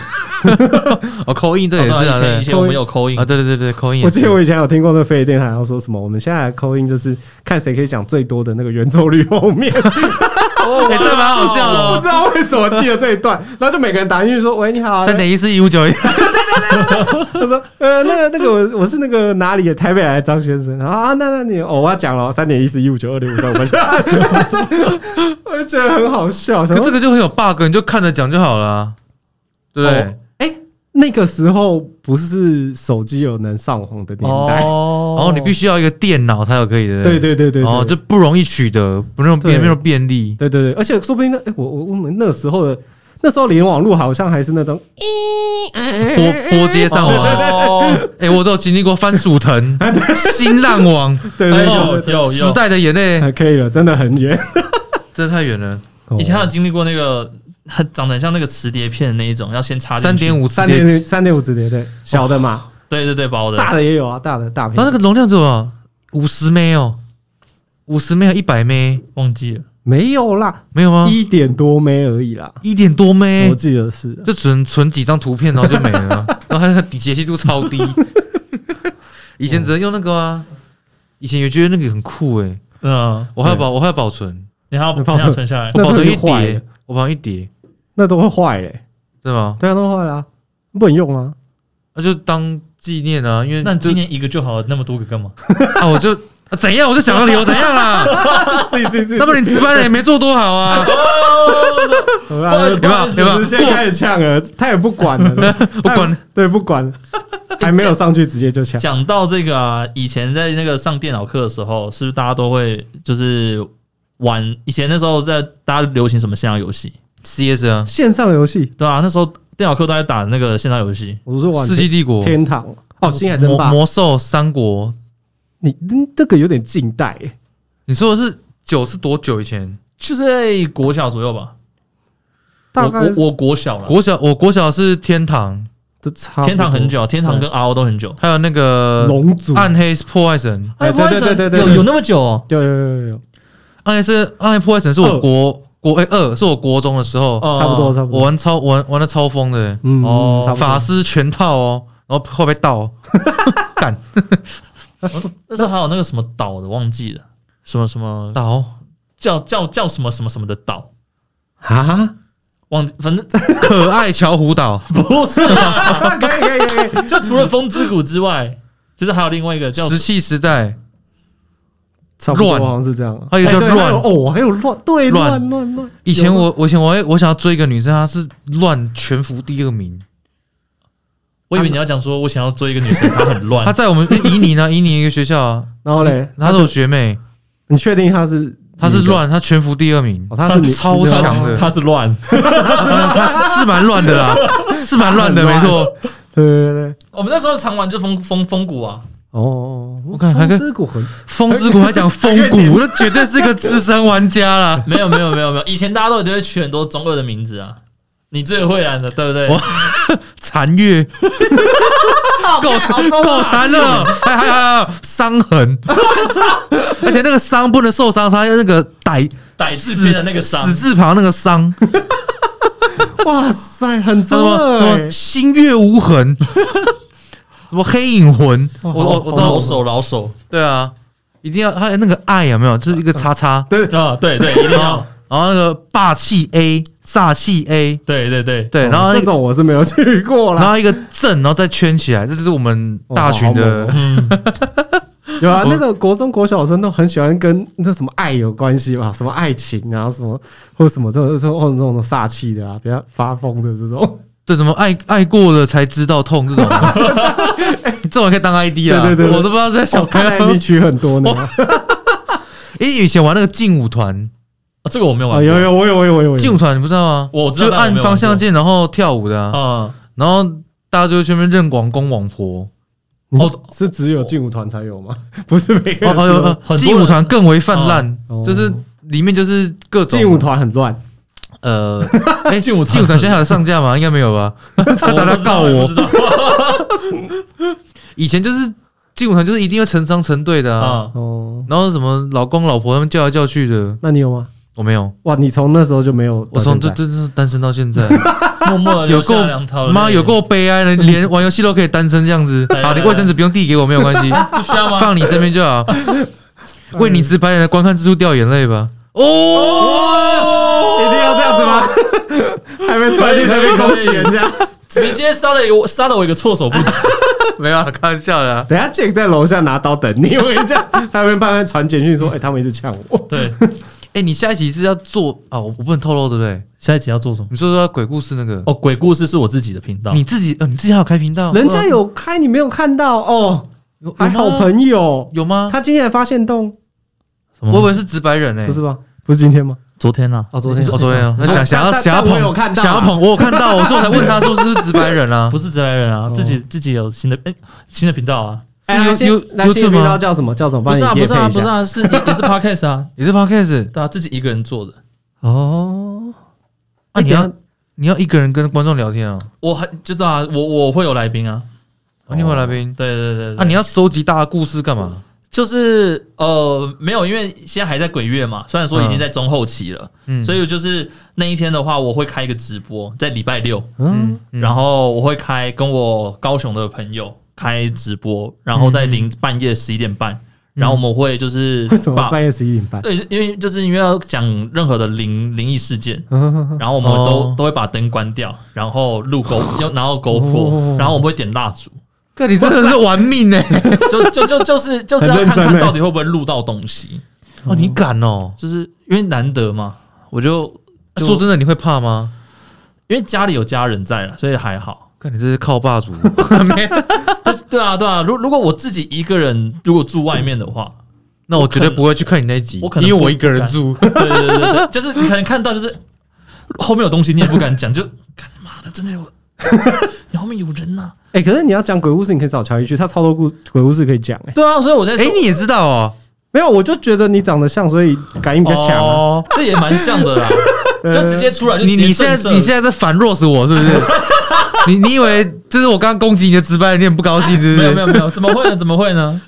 Speaker 2: 哦，扣印这也是
Speaker 1: 哦对啊
Speaker 2: 啊，
Speaker 1: 以前
Speaker 2: 对
Speaker 1: 以前我们有扣音
Speaker 2: 啊，对对对对，扣印。
Speaker 3: 我记得我以前有听过那飞碟电台，然后说什么，我们现在口音就是看谁可以讲最多的那个圆周率 后面，
Speaker 2: 哎，这蛮好笑的
Speaker 3: 哦 我不
Speaker 2: 哦
Speaker 3: 知。道为什么记得这 一段，然后就每个人打进去说：“喂，你好。”啊
Speaker 2: 三点一四一五九一，
Speaker 3: 他说：“呃，那个那个，我我是那个哪里的台北来的张先生。”然后啊，那那你哦，我要讲了，三点一四一五九二零五三五分， 我就觉得很好笑。
Speaker 2: 可
Speaker 3: 想
Speaker 2: 这
Speaker 3: 说
Speaker 2: 个就很有 bug，你就看着讲就好了啊，对不对
Speaker 3: 哦？那个时候不是手机有能上网的年代，
Speaker 1: 哦
Speaker 2: 哦，你必
Speaker 1: 须
Speaker 2: 须要一个电脑才有可以的，
Speaker 3: 对对对对
Speaker 2: 哦，
Speaker 3: 对，
Speaker 2: 这不容易取得，不那种
Speaker 3: 对
Speaker 2: 便没有便利。
Speaker 3: 对对对，而且说不定那诶我我我们那时候的那时候连网络好像还是那种
Speaker 2: 拨拨接上网，啊
Speaker 1: 哦，
Speaker 2: 哎，我都有经历过番薯藤、新浪网，
Speaker 3: 对
Speaker 1: 哎
Speaker 3: 对
Speaker 1: 有
Speaker 3: 对
Speaker 1: 有有
Speaker 2: 时代的眼泪
Speaker 3: 对，，还可以了，真的很远。
Speaker 2: 真的太远了，
Speaker 1: 以前还有经历过那个很长得很像那个磁碟片的那一种，要先插进去
Speaker 2: 三点，五
Speaker 3: 三
Speaker 2: 点，
Speaker 3: 点三点五直接对，小的嘛，
Speaker 1: 对对对，把我的
Speaker 3: 大的也有啊，大的大
Speaker 2: 然后那
Speaker 3: 屏
Speaker 2: 个容量怎么五十 M 哦，五十 M 一百 M
Speaker 1: 忘记了。
Speaker 3: 没有啦，
Speaker 2: 没有吗？
Speaker 3: 一点多枚而已啦。
Speaker 2: 一点多 M，
Speaker 3: 我记得是啊
Speaker 2: 就只能存几张图片，然后就没了，然后它的底解析度超低。以前只能用那个啊，以前也觉得那个很酷诶、
Speaker 1: 嗯，
Speaker 2: 我还要保我还要保存，
Speaker 1: 你还要
Speaker 3: 你
Speaker 1: 你
Speaker 3: 放
Speaker 1: 还要
Speaker 3: 着
Speaker 1: 存下来
Speaker 2: 我
Speaker 3: 那
Speaker 2: 保
Speaker 3: 都
Speaker 2: 存
Speaker 3: 已
Speaker 2: 一
Speaker 3: 经坏
Speaker 2: 叠
Speaker 3: 了，
Speaker 2: 我保存一叠，
Speaker 3: 那都会坏嘞、
Speaker 2: 对吧？
Speaker 3: 对啊，都坏啦、不能用啊。
Speaker 2: 那就当纪念啊，因为
Speaker 1: 那你
Speaker 2: 就
Speaker 1: 今年一个就好了，那么多个干嘛？
Speaker 2: 啊，我就、啊怎样，我就想要理由 怎样啦。
Speaker 3: 是是是
Speaker 2: 那不然你值班人也没做多好 啊，
Speaker 3: 有没有？
Speaker 2: 有没有？有没有？
Speaker 3: 现在
Speaker 2: 过
Speaker 3: 开始呛了，他也不管了，
Speaker 2: 不管
Speaker 3: 他也，对，不管。还没有上去直接就抢。
Speaker 1: 讲到这个啊，以前在那个上电脑课的时候，是不是大家都会就是玩？以前那时候在大家流行什么线上游戏，
Speaker 2: CS 啊，
Speaker 3: 线上游戏，
Speaker 1: 对啊，那时候电脑课都在打那个线上游戏，
Speaker 3: 我是玩
Speaker 2: 世纪帝国、
Speaker 3: 天堂哦，星海争
Speaker 2: 魔
Speaker 3: 霸，
Speaker 2: 魔兽、三国。
Speaker 3: 你嗯这个有点近代耶，
Speaker 2: 你说的是九是多久以前？
Speaker 1: 就是在国小左右吧。
Speaker 3: 大
Speaker 1: 我
Speaker 3: 概
Speaker 1: 我我国小了，
Speaker 2: 国小我国小是天堂，
Speaker 3: 都差不多嗯
Speaker 1: 天堂很久，天堂跟 RO 都很久。
Speaker 2: 还有那个
Speaker 3: 龙族，
Speaker 2: 暗黑破坏神，
Speaker 3: 哎对对对对对
Speaker 1: 啊有
Speaker 3: 对
Speaker 1: 有那么久哦
Speaker 3: 有有有有有，
Speaker 2: 暗黑是暗黑破坏神是
Speaker 3: 二
Speaker 2: 我国国哎二是我国中的时候，
Speaker 1: 哦，
Speaker 3: 差不多差不
Speaker 2: 我
Speaker 3: 多，
Speaker 2: 玩超玩玩的超疯的，
Speaker 3: 嗯
Speaker 1: 哦
Speaker 3: 差不多
Speaker 2: 法师全套哦，然后后被 盗，干
Speaker 1: 那时候还有那个什么岛的，忘记了什么什么
Speaker 2: 倒
Speaker 1: 叫叫叫什么什么什么的岛，
Speaker 3: 啊，
Speaker 1: 忘记反正
Speaker 2: 可爱巧虎岛
Speaker 1: 不是啦。
Speaker 3: 可以可以可以可 以，
Speaker 1: 就除了风之谷之外，就是还有另外一个叫
Speaker 2: 石器时代，
Speaker 3: 差不多
Speaker 2: 乱
Speaker 3: 好像是这样。
Speaker 2: 还有一个叫
Speaker 3: 哎对还
Speaker 2: 乱
Speaker 3: 哦，还有乱，对
Speaker 2: 乱
Speaker 3: 乱乱乱。
Speaker 2: 以前
Speaker 3: 有
Speaker 2: 我我以前我会我想要追一个女生，她是乱全服第二名，
Speaker 1: 我以为你要讲说，我想要追一个女生，她很
Speaker 2: 她
Speaker 1: 乱，
Speaker 2: 在我 们伊宁啊伊宁一个学校啊，
Speaker 3: 然后嘞，
Speaker 2: 她是我学妹，
Speaker 3: 你确定他是
Speaker 2: 她是
Speaker 3: 女的？
Speaker 2: 乱，她全服第二名，
Speaker 3: 哦，他是女
Speaker 2: 超
Speaker 3: 女的
Speaker 2: 强的
Speaker 1: 她是乱。
Speaker 2: 啊她是蛮乱的 啦，是蛮乱的，
Speaker 3: 她
Speaker 2: 没
Speaker 3: 很乱
Speaker 2: 错。
Speaker 3: 对对对对，
Speaker 1: 我们那时候常玩就风风风谷啊，
Speaker 3: 哦哦，
Speaker 2: 我看还跟
Speaker 3: 之骨魂
Speaker 2: 风之谷还讲风谷，那绝对是个资深玩家 啦。
Speaker 1: 没有没有没有没有， 以前大家都只会取很多中二的名字啊，你最会玩的，对不对？
Speaker 2: 我残 月，够够残了，还还还有伤 痕，而且那个伤不能受伤，伤那个歹
Speaker 1: 歹字
Speaker 2: 死
Speaker 1: 边的那个伤
Speaker 2: 死，字旁那个伤，
Speaker 3: 哇塞，很欸
Speaker 2: 他
Speaker 3: 中
Speaker 2: 什么什
Speaker 3: 二
Speaker 2: 么星月无 痕，什么黑影魂，我
Speaker 3: 哇
Speaker 2: 我我
Speaker 1: 老
Speaker 2: 都
Speaker 1: 手老手
Speaker 2: 对啊，一定要还有那个爱有没有？就是一个叉叉，
Speaker 3: 对，
Speaker 1: 啊，对 对，一定
Speaker 2: 然后
Speaker 1: 要，
Speaker 2: 然后那个霸气 A 煞气 A，
Speaker 1: 对对对，
Speaker 2: 对，然后那
Speaker 3: 哦这
Speaker 2: 个
Speaker 3: 种我是没有去过
Speaker 2: 然
Speaker 3: 啦。
Speaker 2: 后一个正，然后再圈起来，这就是我们大群的
Speaker 3: 哇好猛哦
Speaker 1: 嗯，
Speaker 3: 有啊，
Speaker 2: 我
Speaker 3: 那个国中国小生都很喜欢跟那什么爱有关系吧，什么爱情啊，什么或什么这种这种这种煞气的啊，比较发疯的这种。
Speaker 2: 对，怎么爱爱过了才知道痛 这种，这种还可以当 ID 啊？
Speaker 3: 对对对对
Speaker 2: 我都不知道在想
Speaker 3: 哦，看来你取很多呢。
Speaker 2: 因为以前玩那个劲舞团，
Speaker 1: 啊这个我没有
Speaker 3: 啊，
Speaker 1: 玩
Speaker 3: 有
Speaker 1: 过，
Speaker 3: 有我有我有我有我
Speaker 2: 劲舞
Speaker 3: 有，
Speaker 2: 团你不知道吗？
Speaker 1: 我知道
Speaker 2: 就按方向键然后跳舞的啊，
Speaker 1: 啊，
Speaker 2: 然后大家就去那边认广公网婆。
Speaker 1: 哦
Speaker 3: 是只有劲舞团才有吗？ 不是每个
Speaker 2: 哦哦
Speaker 3: 人都有
Speaker 2: 哦
Speaker 1: 很多
Speaker 2: 哦，
Speaker 1: 人
Speaker 2: 劲舞团更为泛滥
Speaker 3: 哦，
Speaker 2: 就是里面就是各种
Speaker 3: 劲舞团很乱，
Speaker 2: 呃，哎，
Speaker 1: 劲舞团
Speaker 2: 劲舞团现在还有上架吗？应该没有吧？
Speaker 1: 他
Speaker 2: 大家告我
Speaker 1: 知道
Speaker 2: 以前就是劲舞团就是一定要成双成对的啊，
Speaker 1: 啊，
Speaker 3: 哦，
Speaker 2: 然后什么老公老婆他们叫来叫去的，
Speaker 3: 那你有吗？
Speaker 2: 我没有。
Speaker 3: 哇，你从那时候就没有到
Speaker 2: 我
Speaker 3: 现
Speaker 2: 从
Speaker 3: 在，
Speaker 2: 这这这单身到现 在，
Speaker 1: 默默地
Speaker 2: 有
Speaker 1: 流
Speaker 2: 够
Speaker 1: 下两条泪
Speaker 2: 妈有够悲哀的，连玩游戏都可以单身这样子。
Speaker 1: 来来
Speaker 2: 好，你
Speaker 1: 来
Speaker 2: 卫生纸不用递给我，没有关系，
Speaker 1: 不需要吗？
Speaker 2: 放你身边就好。为你直白人的观看之处掉眼泪吧。哦，
Speaker 3: 一定要这样 子吗？还没出去，还没攻击人家。
Speaker 1: 直接杀了我，杀了我一个措手不 及。
Speaker 2: 没有啊，开玩笑的啊。
Speaker 3: 等一下 Jake 在楼下拿刀等你，我跟你讲，他会慢慢传简讯说，哎、他们一直呛我。
Speaker 1: 对，
Speaker 2: 哎，你下一期是要做啊？我我不能透露，对不对？
Speaker 1: 下一集要做什么？
Speaker 2: 你说说鬼故事那个，
Speaker 1: 哦，鬼故事是我自己的频道，
Speaker 2: 你自己呃，你自己还有开频
Speaker 1: 哦
Speaker 2: 道？
Speaker 3: 人家有开，你没有看到哦，
Speaker 2: 有有
Speaker 3: 还
Speaker 2: 吗
Speaker 3: 好朋友，
Speaker 2: 有
Speaker 1: 啊
Speaker 2: 吗？
Speaker 3: 他今天还发现洞，
Speaker 1: 什
Speaker 2: 我以为是直白人哎，
Speaker 3: 不是吧？不是今天吗？
Speaker 1: 昨天啊，
Speaker 3: 哦，昨天
Speaker 2: 哦，昨天啊，
Speaker 3: 但
Speaker 2: 想想要
Speaker 3: 但
Speaker 2: 想要
Speaker 3: 但我有看
Speaker 2: 捧，
Speaker 3: 到啊
Speaker 2: 想要捧，我有看到，我说我才问他说是不是直白人 啊？
Speaker 1: 不是自然人
Speaker 3: 哦
Speaker 1: 啊，自己自己有新的哎新的频道啊，
Speaker 3: 哎，
Speaker 2: 是
Speaker 3: 那
Speaker 2: 有
Speaker 3: 新
Speaker 2: 有
Speaker 3: 那
Speaker 2: 有
Speaker 3: 新
Speaker 2: 字
Speaker 3: 的
Speaker 2: 吗
Speaker 3: 频道叫什么？叫什么？
Speaker 1: 不是啊
Speaker 3: 帮
Speaker 1: 不
Speaker 3: 你业
Speaker 1: 是
Speaker 3: 配
Speaker 1: 啊
Speaker 3: 一
Speaker 1: 不是
Speaker 3: 下。
Speaker 1: 啊，是也也是 podcast 啊，
Speaker 2: 也是 podcast
Speaker 1: 对啊，自己一个人做的。
Speaker 3: 哦，
Speaker 2: 啊？
Speaker 3: 哎
Speaker 2: 你
Speaker 3: 等一
Speaker 2: 要
Speaker 3: 下
Speaker 2: 你要一个人跟观众聊天啊？
Speaker 1: 我很就知道啊，我我会有来宾啊，
Speaker 2: 哦，你有来宾
Speaker 1: 对对对对
Speaker 2: 啊？你要收集大家故事干嘛？
Speaker 1: 就是呃没有，因为现在还在鬼月嘛，虽然说
Speaker 3: 嗯
Speaker 1: 已经在中后期了，
Speaker 2: 嗯，
Speaker 1: 所
Speaker 2: 以
Speaker 1: 以就是那一天的话，我会开一个直播，在礼拜六，
Speaker 3: 嗯，
Speaker 1: 然后我会开跟我高雄的朋友开直播，然后在零半夜十一点
Speaker 2: 嗯
Speaker 1: 半，然后我们会就是
Speaker 3: 为什么
Speaker 1: 把
Speaker 3: 半夜十一点半？
Speaker 1: 对，因为就是因为要讲任何的灵灵异事件，
Speaker 3: 嗯
Speaker 1: 然后我们都、
Speaker 2: 哦
Speaker 1: 都会把灯关掉，然后录 Go 又然后 GoPro，、
Speaker 3: 哦
Speaker 1: 然后我们会点蜡烛，
Speaker 2: 哥，你真的是玩命 呢！
Speaker 1: 就就就就是就是要
Speaker 3: 很认
Speaker 1: 看
Speaker 3: 真
Speaker 1: 看
Speaker 3: 欸
Speaker 1: 到底会不会录到东西，
Speaker 2: 哦，你敢哦？
Speaker 1: 就是因为难得嘛，我就就
Speaker 2: 啊说真的，你会怕吗？
Speaker 1: 因为家里有家人在了，所以还好。
Speaker 2: 看你这是靠 霸主，
Speaker 1: 但是对啊，对啊。如如果我自己一个人，如果住外面的话，
Speaker 2: 那我绝对不会去看你那一集
Speaker 1: 我可，能
Speaker 2: 因为
Speaker 1: 不
Speaker 2: 我一个人
Speaker 1: 敢
Speaker 2: 住。
Speaker 1: 对对对对对，就是你可能看到就是后面有东西，你也不敢讲，就干妈的真的 有，你后面有人呐、
Speaker 3: 哎、可是你要讲鬼故事，你可以找乔伊去，他超多故鬼故事可以讲哎、
Speaker 1: 对啊，所以我在
Speaker 2: 哎
Speaker 1: 说，，
Speaker 2: 你也知道哦，
Speaker 3: 没有，我就觉得你长得像，所以感应比较强、啊。
Speaker 1: 哦，这也蛮像的 啦，就直接出来就
Speaker 2: 你
Speaker 1: 直接
Speaker 2: 你现
Speaker 1: 震
Speaker 2: 在
Speaker 1: 慑
Speaker 2: 你现在在反 r o s 我是 不是？你你以为就是我刚刚攻击你的值班，你很不高兴是不
Speaker 1: 没有
Speaker 2: 是？
Speaker 1: 没有 没有，怎么会呢？怎么会呢？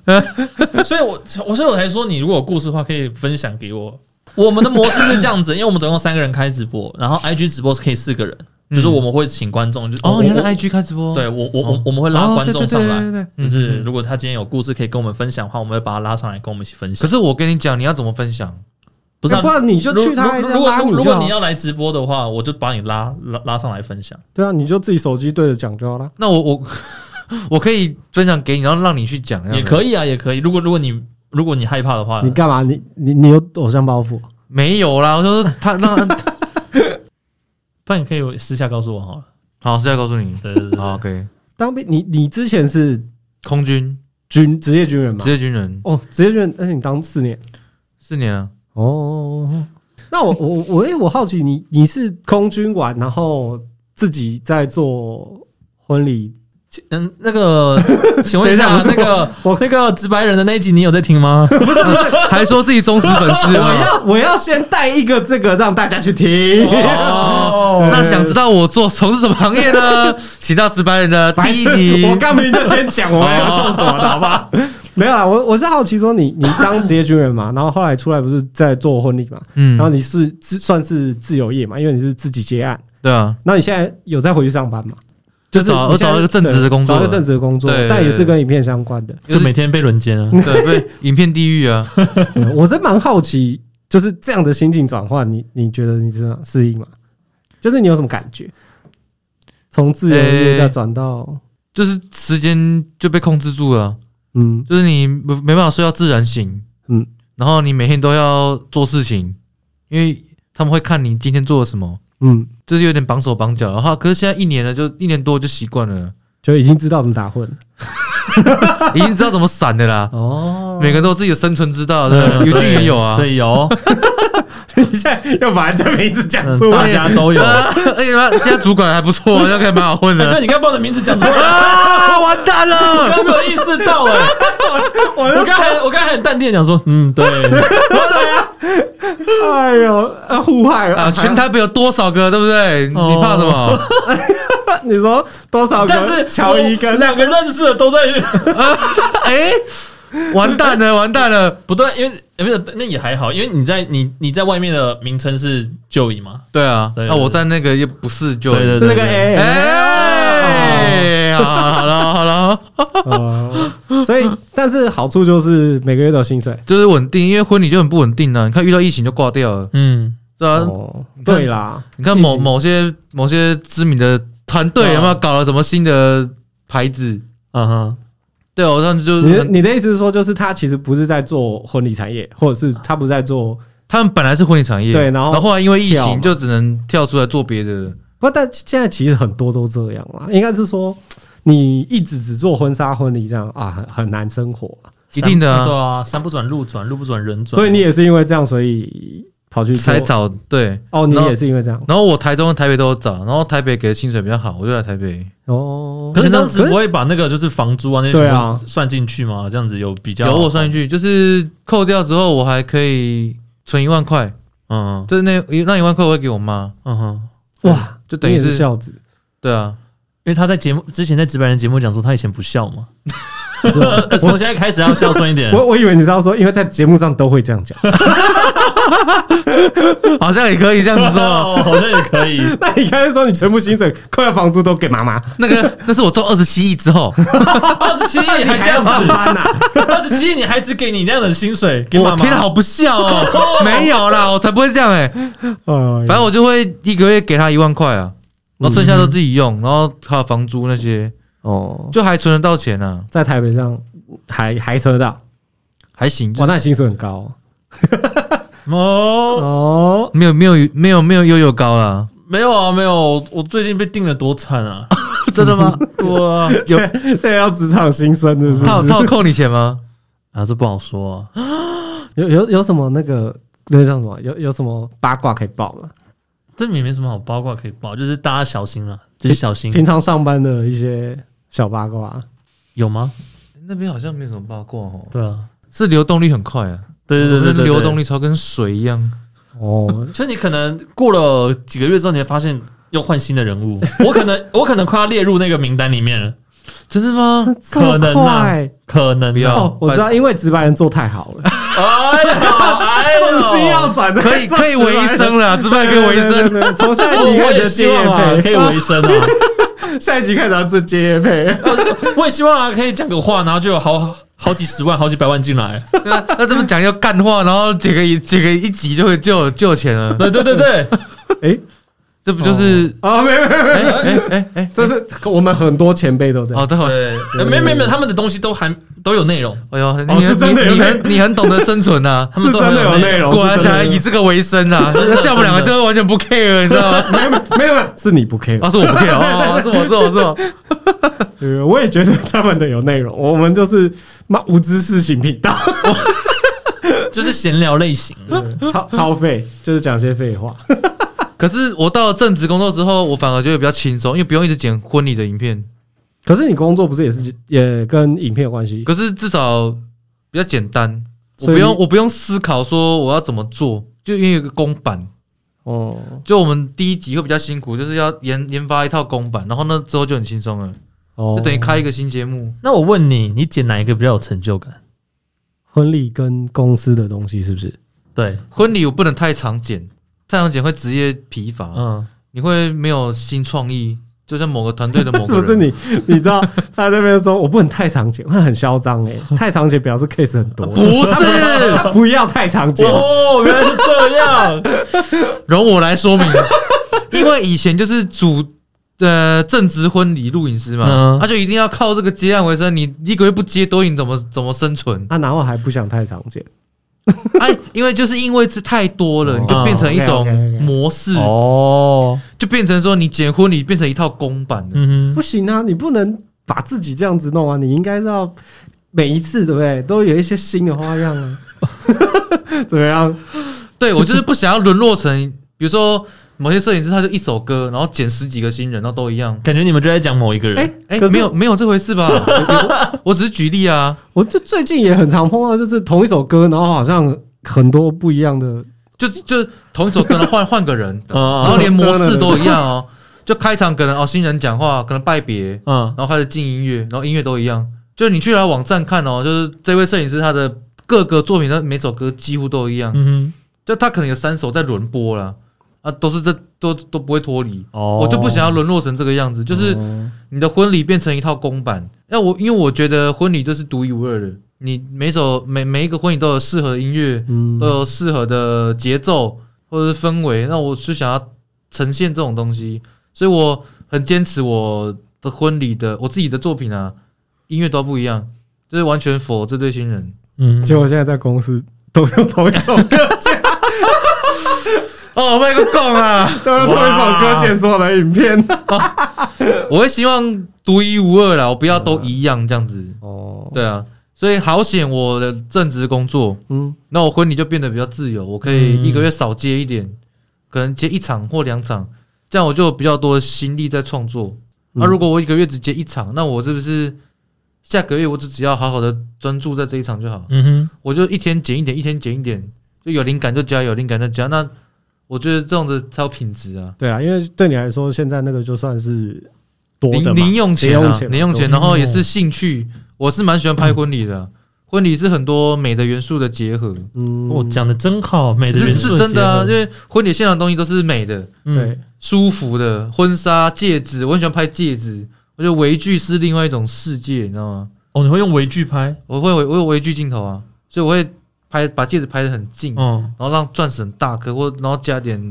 Speaker 1: 所以我，我所以我才说，你如果有故事的话，可以分享给我。我们的模式是这 样子，因为我们总共三个人开直播，然后 IG 直播是可以四个人，就是我们会请观众，就
Speaker 2: 嗯哦，
Speaker 1: 我
Speaker 2: 原来
Speaker 1: 我
Speaker 2: IG 开直播，
Speaker 1: 对我我我我们会拉观众上
Speaker 3: 哦对对对
Speaker 1: 来
Speaker 3: 对，
Speaker 1: 就是如果他今天有故事可以跟我们分享的话，我们会把他拉上来跟我们一起分
Speaker 2: 可
Speaker 1: 享。
Speaker 2: 是我跟你讲，你要怎么分享？
Speaker 1: 不是啊，
Speaker 3: 哎不然你就
Speaker 1: 如
Speaker 3: 去他
Speaker 1: 如
Speaker 3: 家
Speaker 1: 如果
Speaker 3: 拉
Speaker 1: 如
Speaker 3: 你
Speaker 1: 如
Speaker 3: 就
Speaker 1: 果
Speaker 3: 好
Speaker 1: 你要来直播的话，我就把你拉拉拉上来分享。
Speaker 3: 对啊，你就自己手机对着讲就好了。
Speaker 2: 那我我 我可以分享给你，然后让你去讲，
Speaker 1: 也
Speaker 2: 以。
Speaker 1: 可以啊，也可以。如果如果你如果你害怕的话，
Speaker 3: 嗯你干嘛？你你你有偶像包袱？
Speaker 2: 没有啦，我就说他让他
Speaker 1: 不然你可以私下告诉我 好了。
Speaker 2: 好是要告诉你，
Speaker 1: 对对对，
Speaker 2: 好可以。
Speaker 3: 当兵，你你之前是
Speaker 2: 空军
Speaker 3: 军职业军人吗
Speaker 2: 职？业军人
Speaker 3: 哦，职业军人，而且你当四年。
Speaker 2: 四年啊，
Speaker 3: 哦，那我我我哎，我好奇你你是空军完，然后自己在做婚礼，
Speaker 1: 嗯，那个，请问一下，
Speaker 3: 等
Speaker 1: 那
Speaker 3: 一下
Speaker 1: 个
Speaker 3: 我我
Speaker 1: 那个直白人的那一集，你有在听 吗？
Speaker 2: 还说自己忠实粉丝
Speaker 3: 我
Speaker 2: 啊。
Speaker 3: 要我要先带一个这个让大家去听。
Speaker 2: 哦，那想知道我做从事什么行业呢？请到值班人的
Speaker 3: 白
Speaker 2: 第一
Speaker 3: 痴
Speaker 2: 集。哦
Speaker 3: 我刚明就先讲我要做什么的，好吧？没有啦，我我是好奇说你你当职业军人嘛，然后后来出来不是在做婚礼嘛，
Speaker 2: 嗯
Speaker 3: 然后你是自算是自由业嘛，因为你是自己接案，
Speaker 2: 对啊，
Speaker 3: 那你现在有再回去上班嘛？
Speaker 2: 就
Speaker 3: 就是
Speaker 2: 找
Speaker 3: 你现在
Speaker 2: 找一个正职的工作
Speaker 3: 找一个正职的工作
Speaker 2: 对对，
Speaker 3: 但也
Speaker 2: 对
Speaker 3: 是跟影片相关的。
Speaker 1: 就每天被轮奸啊！
Speaker 2: 对被影片地狱啊。
Speaker 3: 嗯我是蛮好奇，就是这样的心境转换，你你觉得你这样适应吗？就是你有什么感觉？从自由业再转到、
Speaker 2: 就是时间就被控制住了，
Speaker 3: 嗯
Speaker 2: 就是你没没办法睡到自然醒，
Speaker 3: 嗯，
Speaker 2: 然后你每天都要做事情，因为他们会看你今天做了什么，
Speaker 3: 嗯，
Speaker 2: 就是有点绑手绑脚。然后可是现在一年了，就一年多就习惯了，
Speaker 3: 就已经知道怎么打混了
Speaker 2: 已经知道怎么闪的 啦。
Speaker 3: 哦。
Speaker 2: 每个人都有自己的生存之道，对吧，
Speaker 3: 嗯
Speaker 1: 对
Speaker 2: 有军也有啊，
Speaker 1: 对， 有，
Speaker 3: 你现在要把人家名字讲
Speaker 1: 嗯大家都有。
Speaker 2: 啊，而且他现在主管还不错，那可以蛮好混
Speaker 1: 对，
Speaker 2: 的。
Speaker 1: 你刚把我的名字讲出来，
Speaker 2: 啊，完蛋
Speaker 1: 我
Speaker 2: 了！
Speaker 1: 刚没有意识到哎， 我刚才我刚才很淡定的讲说，嗯，对，
Speaker 3: 哎呦，啊，互害
Speaker 2: 啊，全台北有多少个，对不对？你
Speaker 1: 哦
Speaker 2: 怕什么？
Speaker 3: 你说多少
Speaker 1: 但是
Speaker 3: 个乔伊跟
Speaker 1: 我两个认识的都 在，
Speaker 2: 哎，完蛋了，完蛋了！
Speaker 1: 不对，因为呃不是那也还好，因为你在你你在外面的名称是舅姨嘛，
Speaker 2: 对啊，
Speaker 1: 对
Speaker 2: 那我在那个也不是就
Speaker 1: 对对
Speaker 3: 是那个
Speaker 1: 对
Speaker 3: A，、
Speaker 2: 哎，好了好了，
Speaker 3: 哦所以但是好处就是每个月都有薪水。
Speaker 2: 就是稳定，因为婚礼就很不稳定啊。你看遇到疫情就挂掉了，
Speaker 1: 嗯。
Speaker 2: 对啊。
Speaker 3: 哦，对啦，
Speaker 2: 你看某
Speaker 3: 疫情
Speaker 2: 某些某些知名的团队有没有搞了什么新的牌子？
Speaker 1: 嗯哼，
Speaker 2: 对啊，我上次就
Speaker 3: 你的
Speaker 2: 是
Speaker 3: 你的意思是说，就是他其实不是在做婚礼产业，或者
Speaker 2: 啊
Speaker 3: 是他不是在做，
Speaker 2: 他们本来是婚礼产业，
Speaker 3: 对然
Speaker 2: 然
Speaker 3: 后
Speaker 2: 后来因为疫
Speaker 3: 跳嘛
Speaker 2: 情就只能跳出来做别的。
Speaker 3: 不，但现在其实很多都这样啦。应该是说，你一直只做婚纱婚礼这样啊，很很难生活啊、
Speaker 2: 一定的啊
Speaker 1: 山对啊，山不转路转，路不转人转，
Speaker 3: 所以你也是因为这样，所以跑去做
Speaker 2: 才找对。
Speaker 3: 哦，你
Speaker 2: 然后
Speaker 3: 也是因为这样
Speaker 2: 然后我台中跟台北都有找，然后台北给的薪水比较好，我就来台北。
Speaker 3: 哦。
Speaker 1: 可是
Speaker 3: 那
Speaker 1: 当时不会把那个就是房租啊那些
Speaker 3: 对
Speaker 1: 全
Speaker 3: 啊
Speaker 1: 部算进去吗？这样子有比较
Speaker 2: 有我算进去，就是扣掉之后，我还可以存一万块，
Speaker 1: 嗯
Speaker 2: 就是那那一万块我会给我妈，
Speaker 1: 嗯哼，
Speaker 3: 哇，
Speaker 2: 就等
Speaker 3: 你
Speaker 2: 于
Speaker 3: 也是
Speaker 2: 是
Speaker 3: 孝子，
Speaker 2: 对啊，
Speaker 1: 因为他在节目之前在直白人节目讲说他以前不笑 嘛， 从现在开始要孝顺一点。
Speaker 3: 我我以为你知道说，因为在节目上都会这样讲，
Speaker 2: 好像也可以这样子 说。
Speaker 1: 哦好像也可以，
Speaker 3: 那你刚才说你全部薪水扣掉房租都给妈妈，
Speaker 2: 那个那是我中二十七亿之 后，
Speaker 1: 二十七亿还这
Speaker 3: 还
Speaker 1: 样
Speaker 3: 要上
Speaker 1: 子，
Speaker 3: 班呐、啊
Speaker 1: 二十七亿你还只给你那样的薪水给妈妈，
Speaker 2: 我天啊，好不孝 哦！没有啦，我才不会这样哎、
Speaker 3: 哦，
Speaker 2: 反正我就会一个月给她一万块啊，然后剩下都自己用，然后还有房租那些，
Speaker 3: 哦，
Speaker 2: 就还存得到钱啊，
Speaker 3: 在台北上还还存得到，
Speaker 2: 还行。就
Speaker 3: 哇，
Speaker 2: 是
Speaker 3: 那薪水很高
Speaker 1: 哦，
Speaker 3: 哦。
Speaker 2: 没有没有没有没有悠悠高啦，
Speaker 1: 没有啊，没有，我最近被定的多惨啊！
Speaker 2: 真的吗？
Speaker 1: 对啊，
Speaker 2: 有
Speaker 3: 对，要职场新生的是
Speaker 2: 他有
Speaker 3: 不
Speaker 2: 他有扣你钱吗？
Speaker 1: 啊，这不好说、啊。
Speaker 3: 是？有有有什么那个那个叫什么？有有什么八卦可以爆吗？
Speaker 1: 这也没什么好八卦可以报，就是大家小心了，就是小
Speaker 2: 嗯
Speaker 1: 心。
Speaker 3: 平常上班的一些小八卦，
Speaker 1: 有吗？
Speaker 2: 那边好像没什么八卦哦，
Speaker 1: 对啊，
Speaker 2: 是流动率很快啊，
Speaker 1: 对对对对对，
Speaker 2: 流动
Speaker 1: 力。
Speaker 2: 率超跟水一样。
Speaker 3: 哦，
Speaker 1: 所以你可能过了几个月之后，你会发现又换新的人 物，我可能我可能快要列入那个名单里面了，
Speaker 2: 真的吗？
Speaker 3: 这么
Speaker 1: 可能啊
Speaker 3: 快，
Speaker 1: 可能
Speaker 2: 不
Speaker 1: 啊
Speaker 2: 要
Speaker 3: 哦，我知道，因为值班人做太好了，
Speaker 1: 哎呀，哎呦
Speaker 3: 重心要转，
Speaker 2: 可以可以维生了，值班可以维生。
Speaker 3: 对对对对从下一
Speaker 1: 我
Speaker 3: 集
Speaker 1: 我
Speaker 3: 开
Speaker 1: 也
Speaker 3: 始
Speaker 1: 希
Speaker 3: 接
Speaker 1: 望啊，
Speaker 3: 业
Speaker 1: 可
Speaker 3: 配，
Speaker 1: 以维生啊，
Speaker 3: 下一集开始要做接业 配，
Speaker 1: 我也希望啊，可以讲个话，然后就有好好几十万、好几百万进来。
Speaker 2: 对啊那这么讲要干话，然后几个一几个一集就会就有就有钱了，
Speaker 1: 对对对对，
Speaker 3: 哎，
Speaker 2: 这不就是？
Speaker 3: 啊，没没没，
Speaker 2: 哎哎哎哎，
Speaker 3: 这是我们很多前辈都这样
Speaker 2: 好，。待会儿，
Speaker 1: 对，呃没没没，他们的东西都还都有内容，
Speaker 2: 哎呦，你
Speaker 3: 是
Speaker 2: 很
Speaker 3: 真的有
Speaker 2: 你
Speaker 3: 内
Speaker 2: 很你很懂得生存呐，
Speaker 1: 他们都
Speaker 3: 是真的
Speaker 1: 很
Speaker 3: 有内容
Speaker 2: 果然
Speaker 3: 是真
Speaker 2: 想
Speaker 3: 的
Speaker 2: 要
Speaker 3: 有
Speaker 2: 以这个为生啊，像我们两个就完全不 care，你知道吗？
Speaker 3: 没有没有没有，是你不 care
Speaker 2: 啊，是我不 care，哦，是我是我是我，
Speaker 3: 对，我也觉得他们的有内容， 我们就是妈无知识型频道，
Speaker 1: 就是闲聊类型。
Speaker 3: 超超废，就是讲些废话。
Speaker 2: 可是我到了正职工作之后，我反而觉得比较轻松，因为不用一直剪婚礼的影片。
Speaker 3: 可是你工作不是也是也跟影片有关系？
Speaker 2: 可是至少比较简单，我
Speaker 3: 所以
Speaker 2: 不用我不用思考说我要怎么做，就因为有个公版。
Speaker 3: 哦，
Speaker 2: 就我们第一集会比较辛苦，就是要研研发一套公版，然后呢之后就很轻松了，
Speaker 3: 哦
Speaker 2: 就等于开一个新节目。
Speaker 1: 那我问你，你剪哪一个比较有成就感？
Speaker 3: 婚礼跟公司的东西是不是？
Speaker 1: 对，
Speaker 2: 婚礼我不能太常剪，太常剪会职业疲乏，
Speaker 3: 啊
Speaker 1: 嗯，
Speaker 2: 你会没有新创意。就像某个团队的某
Speaker 3: 是
Speaker 2: 个
Speaker 3: 不是
Speaker 2: 人，
Speaker 3: 你？你知道他这边说我不能太长剪，那很嚣张哎，太长剪表示 case 很多，
Speaker 2: 啊不是，
Speaker 3: 他不要太长剪。？
Speaker 1: 哦，原来是这 样，
Speaker 2: 容我来说明，因为以前就是主呃正职婚礼录影师嘛，他、
Speaker 1: 嗯
Speaker 2: 就一定要靠这个接案为生。你一个月不接多影，怎么怎么生存
Speaker 3: 啊，然后还不想太长剪，
Speaker 2: 哎、因为就是因为这太多了，你就变成一种
Speaker 3: OK，OK，OK
Speaker 2: 模式，
Speaker 1: 哦，
Speaker 2: 就变成说你剪婚礼变成一套公版了。
Speaker 1: 嗯
Speaker 3: 不行啊，你不能把自己这样子弄啊，你应该要每一次对不对，都有一些新的花样啊。 怎么样？
Speaker 2: 对我就是不想要沦落成，比如说某些摄影师他就一首歌，然后剪十几个新人，然后都一样
Speaker 1: 哼，。感觉你们就在讲某一个人，
Speaker 3: 哎
Speaker 2: 哎、
Speaker 3: 可是
Speaker 2: 没有没有这回事吧？我我我只是举例啊。
Speaker 3: 我就最近也很常碰到，就是同一首歌，然后好像很多不一样的。
Speaker 2: 就就同一首歌，然后换换 个人，
Speaker 1: 嗯嗯
Speaker 2: 然后连模式都一样哦。就开场可能哦，新人讲话，可能拜别，
Speaker 1: 嗯，
Speaker 2: 然后开始进音乐，然后音乐都一样。就你去他网站看哦，就是这位摄影师他的各个作品，他每首歌几乎都一样。
Speaker 1: 嗯
Speaker 2: 就他可能有三首在轮播啦，啊，都是这都都不会脱离。
Speaker 1: 哼，哦，
Speaker 2: 我就不想要沦落成这个样子，就是你的婚礼变成一套公版。那我因为我觉得婚礼就是独一无二的，你每首每每一个婚礼都有适合的音乐，
Speaker 3: 嗯
Speaker 2: 都，有呃适合的节奏或者是氛围。那我是想要呈现这种东西，所以我很坚持我的婚礼的我自己的作品啊，音乐都不一样，就是完全否这对新人。
Speaker 1: 嗯，
Speaker 3: 结果现在在公司都是同一首歌，
Speaker 2: 哦，卖个供啊！
Speaker 3: 都是同一首歌剪所有的影片。
Speaker 2: 我会希望独一无二啦，我不要都一样这样子。
Speaker 3: 哦，
Speaker 2: 对啊，所以好险我的正职工作，
Speaker 3: 嗯，
Speaker 2: 那我婚礼就变得比较自由，我可以
Speaker 1: 嗯
Speaker 2: 一个月少接一点，可能接一场或两场，这样我就有比较多的心力在创作。那、
Speaker 3: 嗯
Speaker 2: 如果我一个月只接一场，那我是不是下个月我只只要好好的专注在这一场就好？
Speaker 1: 嗯
Speaker 2: 我就一天减一点，一天减一点，就有灵感就加，有灵感就加。那我觉得这样子才有品质啊，
Speaker 3: 对啊，因为对你来说，现在那个就算是多的
Speaker 2: 零
Speaker 3: 嘛
Speaker 2: 零用钱
Speaker 3: 零用
Speaker 2: 啊，
Speaker 3: 钱嘛
Speaker 2: 零用钱，
Speaker 1: 对
Speaker 2: 然后也是兴趣。我是蛮喜欢拍婚礼的啊、婚礼是很多美的元素的结合。
Speaker 1: 哼，
Speaker 3: 嗯
Speaker 2: 哦
Speaker 1: 我哦讲的真好，美的
Speaker 2: 是
Speaker 1: 元素
Speaker 2: 是真的啊，因
Speaker 1: 结合
Speaker 2: 为婚礼现场的东西都是美的、
Speaker 3: 对
Speaker 1: 嗯，
Speaker 2: 舒服的，婚纱、戒指，我很喜欢拍戒指。我觉得微距是另外一种世界，你知道吗？
Speaker 1: 哦，你会用微距拍，
Speaker 2: 我会我有微距镜头啊，所以我会拍把戒指拍得很近，
Speaker 1: 嗯，
Speaker 2: 然后让钻石很大颗，或然后加点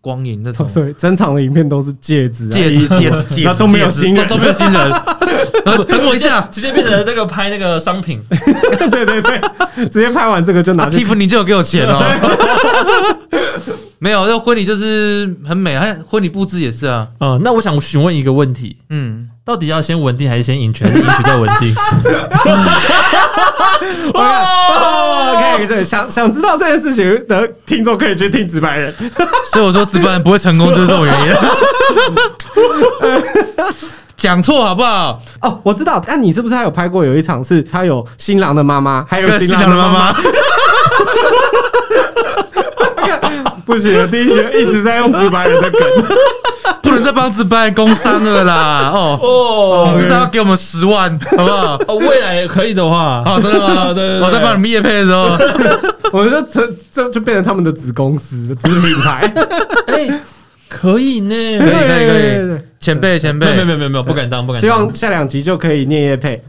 Speaker 2: 光影那 种。
Speaker 3: 所以整场的影片都是戒指啊，
Speaker 2: 戒指
Speaker 3: 衣服啊
Speaker 2: 戒指戒
Speaker 3: 那
Speaker 2: 指
Speaker 3: 都没有
Speaker 2: 戒指
Speaker 3: 新人
Speaker 2: 都都没有新 人。等我一下
Speaker 1: 直接变成那个拍那个商 品，
Speaker 3: 对对对，直接拍完这个就拿去
Speaker 2: ，Tiffany 就有给我钱 哦。没有，这婚礼就是很美，还婚礼布置也是啊。
Speaker 1: 哦嗯，那我想询问一个问题，
Speaker 2: 嗯，
Speaker 1: 到底要先稳定还是先赢权？还是赢取再稳定？
Speaker 3: 哦 OK，这想想知道这件事情的听众可以去听直白人。
Speaker 2: 所以我说直播人不会成功，就是这种原因。讲错好不好？
Speaker 3: 哦，我知道，那、你是不是还有拍过有一场是他有新郎的妈妈，还有
Speaker 2: 跟新
Speaker 3: 新
Speaker 2: 娘
Speaker 3: 郎
Speaker 2: 的
Speaker 3: 的
Speaker 2: 妈妈，
Speaker 3: 妈妈？ 不行，我第一学一直在用直白人的梗。
Speaker 2: 不能再帮值班工伤了啦！哦，
Speaker 1: 哦
Speaker 2: 你至少要给我们十万，好不好？
Speaker 1: 哦，未来也可以的话，
Speaker 2: 哦，真的吗？
Speaker 1: 对对对
Speaker 2: 我在帮你们夜配的时候，
Speaker 3: 我就这这就变成他们的子公司、子品 牌。
Speaker 1: 哎，可以呢。
Speaker 2: 可以可以
Speaker 3: 对对
Speaker 2: 可
Speaker 3: 对
Speaker 2: 以，前辈前
Speaker 1: 没有没有没
Speaker 2: 辈，
Speaker 1: 有没有没有，不敢当不敢当。
Speaker 3: 希望下两集就可以念叶配，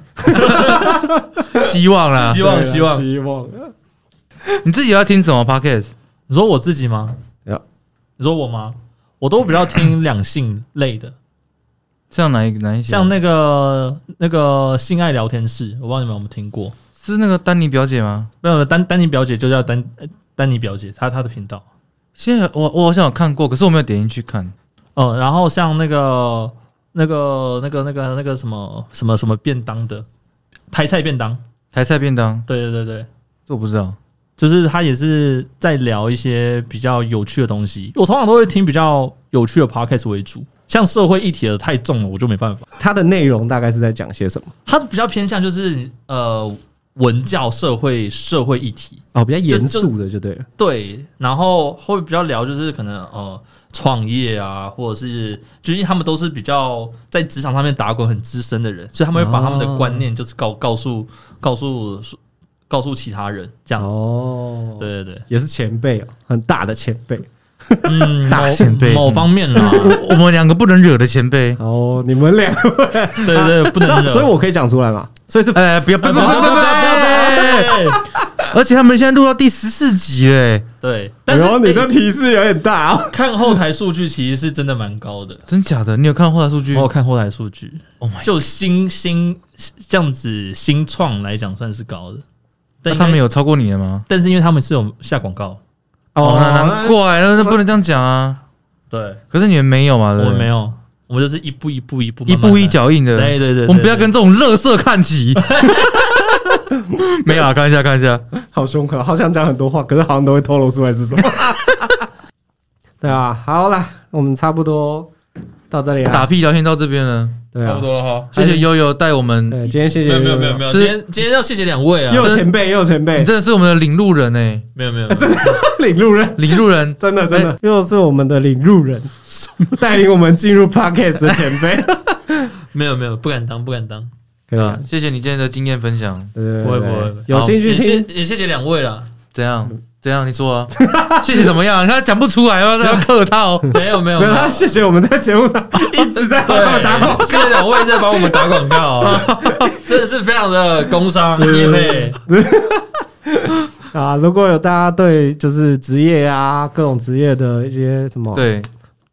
Speaker 2: 希望啦
Speaker 1: 希。望
Speaker 3: 对啊
Speaker 1: 希望。
Speaker 3: 希望。
Speaker 2: 你自己要听什么 podcast？
Speaker 1: 你说我自己吗？
Speaker 3: Yeah
Speaker 1: 你说我吗？我都比较听两性类的，
Speaker 2: 像哪一哪一些？
Speaker 1: 像那个那个性爱聊天室，我不知道你们有没有听过。
Speaker 2: 是那个丹尼表姐吗？
Speaker 1: 没有没有丹丹尼表姐就叫丹呃丹尼表姐，她她的频道。
Speaker 2: 现在我我好像有看过，可是我没有点进去看。
Speaker 1: 嗯，然后像那个那个那个那个那个什么什么什么便当的台菜便当，
Speaker 2: 台菜便当，
Speaker 1: 对对对对，
Speaker 2: 这我不知道。
Speaker 1: 就是他也是在聊一些比较有趣的东西。我通常都会听比较有趣的 podcast 为主，像社会议题的太重了，我就没办法。
Speaker 3: 它的内容大概是在讲些什么？
Speaker 1: 他比较偏向就是呃文教社会社会议题，
Speaker 3: 哦，比较严
Speaker 1: 就
Speaker 3: 肃的就对了。
Speaker 1: 对，然后会比较聊就是可能呃创业啊，或者是就是他们都是比较在职场上面打滚很资深的人，所以他们会把他们的
Speaker 3: 哦
Speaker 1: 观念就是告告诉告诉告诉其他人这样子。
Speaker 3: 哦，
Speaker 1: 对对对，
Speaker 3: 也是前辈哦，很大的前辈。
Speaker 1: 嗯，
Speaker 2: 大
Speaker 1: 某
Speaker 2: 前辈
Speaker 1: 某方面啦，
Speaker 2: 我我们两个不能惹的前辈。
Speaker 3: 哦，你们俩，
Speaker 1: 对对对，不能
Speaker 3: 那
Speaker 1: 惹。
Speaker 3: 所以我可以讲出来嘛？所以是
Speaker 2: 哎，不要不要不要不要不要！哎
Speaker 1: 对
Speaker 2: 而且他们现在录到第十四集嘞，
Speaker 1: 对，但
Speaker 3: 然
Speaker 1: 是
Speaker 3: 后你
Speaker 1: 哎
Speaker 3: 的提示有点大哦。
Speaker 1: 看后台数据其实是真的蛮高的。
Speaker 2: 真假的？你有看后台数据
Speaker 1: 我有看后台数据，
Speaker 2: ？Oh my！
Speaker 1: 就新新这样子新创来讲算是高的，
Speaker 2: 那
Speaker 1: 但应
Speaker 2: 他
Speaker 1: 该
Speaker 2: 们有超过你的吗？
Speaker 1: 但是因为他们是有下广告，
Speaker 2: 哦，那难怪，那那不能这样讲啊。
Speaker 1: 对
Speaker 2: 可是你们没有嘛？对
Speaker 1: 我
Speaker 2: 不对
Speaker 1: 们没有，我们就是一步一步一步
Speaker 2: 一
Speaker 1: 慢慢
Speaker 2: 步
Speaker 1: 来
Speaker 2: 一，脚印的。
Speaker 1: 对对对对
Speaker 2: 我们不要跟这种乐色看齐。 没有啊，看一下看一下，
Speaker 3: 好凶狠，好想讲很多话，可是好像都会透露出来是 什么。对啊，好啦，我们差不多到这里
Speaker 2: 打
Speaker 3: 啊。
Speaker 2: 屁聊天到这边了，
Speaker 3: 对啊，
Speaker 1: 多了哈。
Speaker 2: 谢谢悠悠带我们，
Speaker 3: 对，今天谢谢，
Speaker 1: 没有没有没有没有，
Speaker 2: 就
Speaker 1: 今
Speaker 2: 是
Speaker 1: 天今天要谢谢两位啊，
Speaker 3: 又前辈又前辈
Speaker 2: 你，真的是我们的领路人哎，
Speaker 1: 没有没 有，没有
Speaker 3: 领路人，
Speaker 2: 领路 人。
Speaker 3: 真的真的又是我们的领路人，带领我们进入 podcast 的前辈。
Speaker 1: 没有没有，不敢当不敢当，
Speaker 3: 可以啊
Speaker 2: 啊，谢谢你今天的经验分享。
Speaker 3: 对对对
Speaker 1: 不会
Speaker 3: 对
Speaker 1: 不会不会
Speaker 3: 有兴趣
Speaker 1: 也谢
Speaker 3: 听
Speaker 1: 也谢谢两位了，
Speaker 2: 怎样？怎样？你说啊？谢谢怎么样？他讲不出来吗？他要客套。
Speaker 1: 没有没有
Speaker 3: 没
Speaker 1: 没
Speaker 3: 有？他
Speaker 1: 有，
Speaker 3: 谢谢我们在节目 上一直在帮他们打广
Speaker 1: 对，
Speaker 3: 告
Speaker 1: 谢谢两位在帮我们打广告啊，真的是非常的工商业配，
Speaker 3: 啊。如果有大家对就是职业啊各种职业的一些什么，
Speaker 2: 对，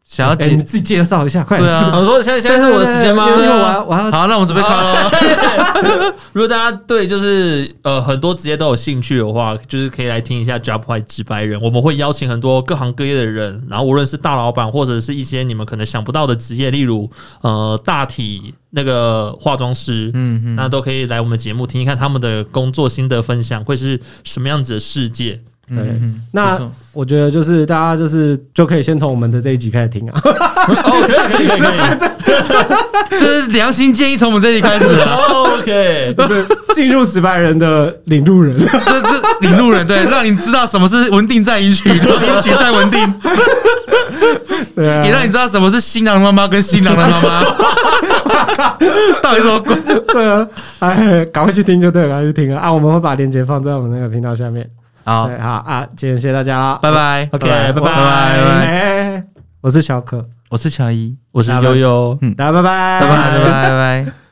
Speaker 2: 想要
Speaker 3: 哦哎，你
Speaker 2: 解。
Speaker 3: 自己介绍一下，快点
Speaker 2: 对啊
Speaker 1: 我说现在 现在是我的时间吗？
Speaker 3: 对
Speaker 2: 对
Speaker 3: 因为我
Speaker 2: 啊
Speaker 3: 要我要
Speaker 2: 好，那我们准备 看喽。
Speaker 1: 如果大家对就是呃很多职业都有兴趣的话，就是可以来听一下 Job White 直白人，我们会邀请很多各行各业的人，然后无论是大老板或者是一些你们可能想不到的职业，例如呃大体那个化妆师。
Speaker 2: 嗯嗯，
Speaker 1: 那都可以来我们节目听一看他们的工作心得分享，会是什么样子的世界？
Speaker 2: 嗯嗯嗯
Speaker 3: 那
Speaker 2: 不错
Speaker 3: 我觉得就是大家就是就可以先从我们的这一集开始听 啊，
Speaker 1: 哦，可以可以可以可以
Speaker 2: 这是良心建议，从我们这里开始啊。
Speaker 1: ，OK，
Speaker 3: 进入直白人的领 路人，
Speaker 2: 这这领路人对，让你知道什么是文定再迎娶，然后迎娶再 文定，
Speaker 3: 对
Speaker 2: 也
Speaker 3: 啊，
Speaker 2: 让你知道什么是新郎的妈妈跟新郎的妈 妈，到底什么鬼？
Speaker 3: 对啊，哎，赶快去听就对了，赶快去听啊！啊，我们会把链接放在我们那个频道下面。
Speaker 2: 好
Speaker 3: 对，好啊，今天谢谢大家啦
Speaker 2: 拜拜。
Speaker 1: OK，
Speaker 3: 拜
Speaker 1: 拜拜
Speaker 2: 拜拜
Speaker 3: 哎我是小可，
Speaker 2: 我是乔伊，
Speaker 1: 我是悠悠，
Speaker 3: 大家拜拜，
Speaker 2: 拜拜拜拜拜拜。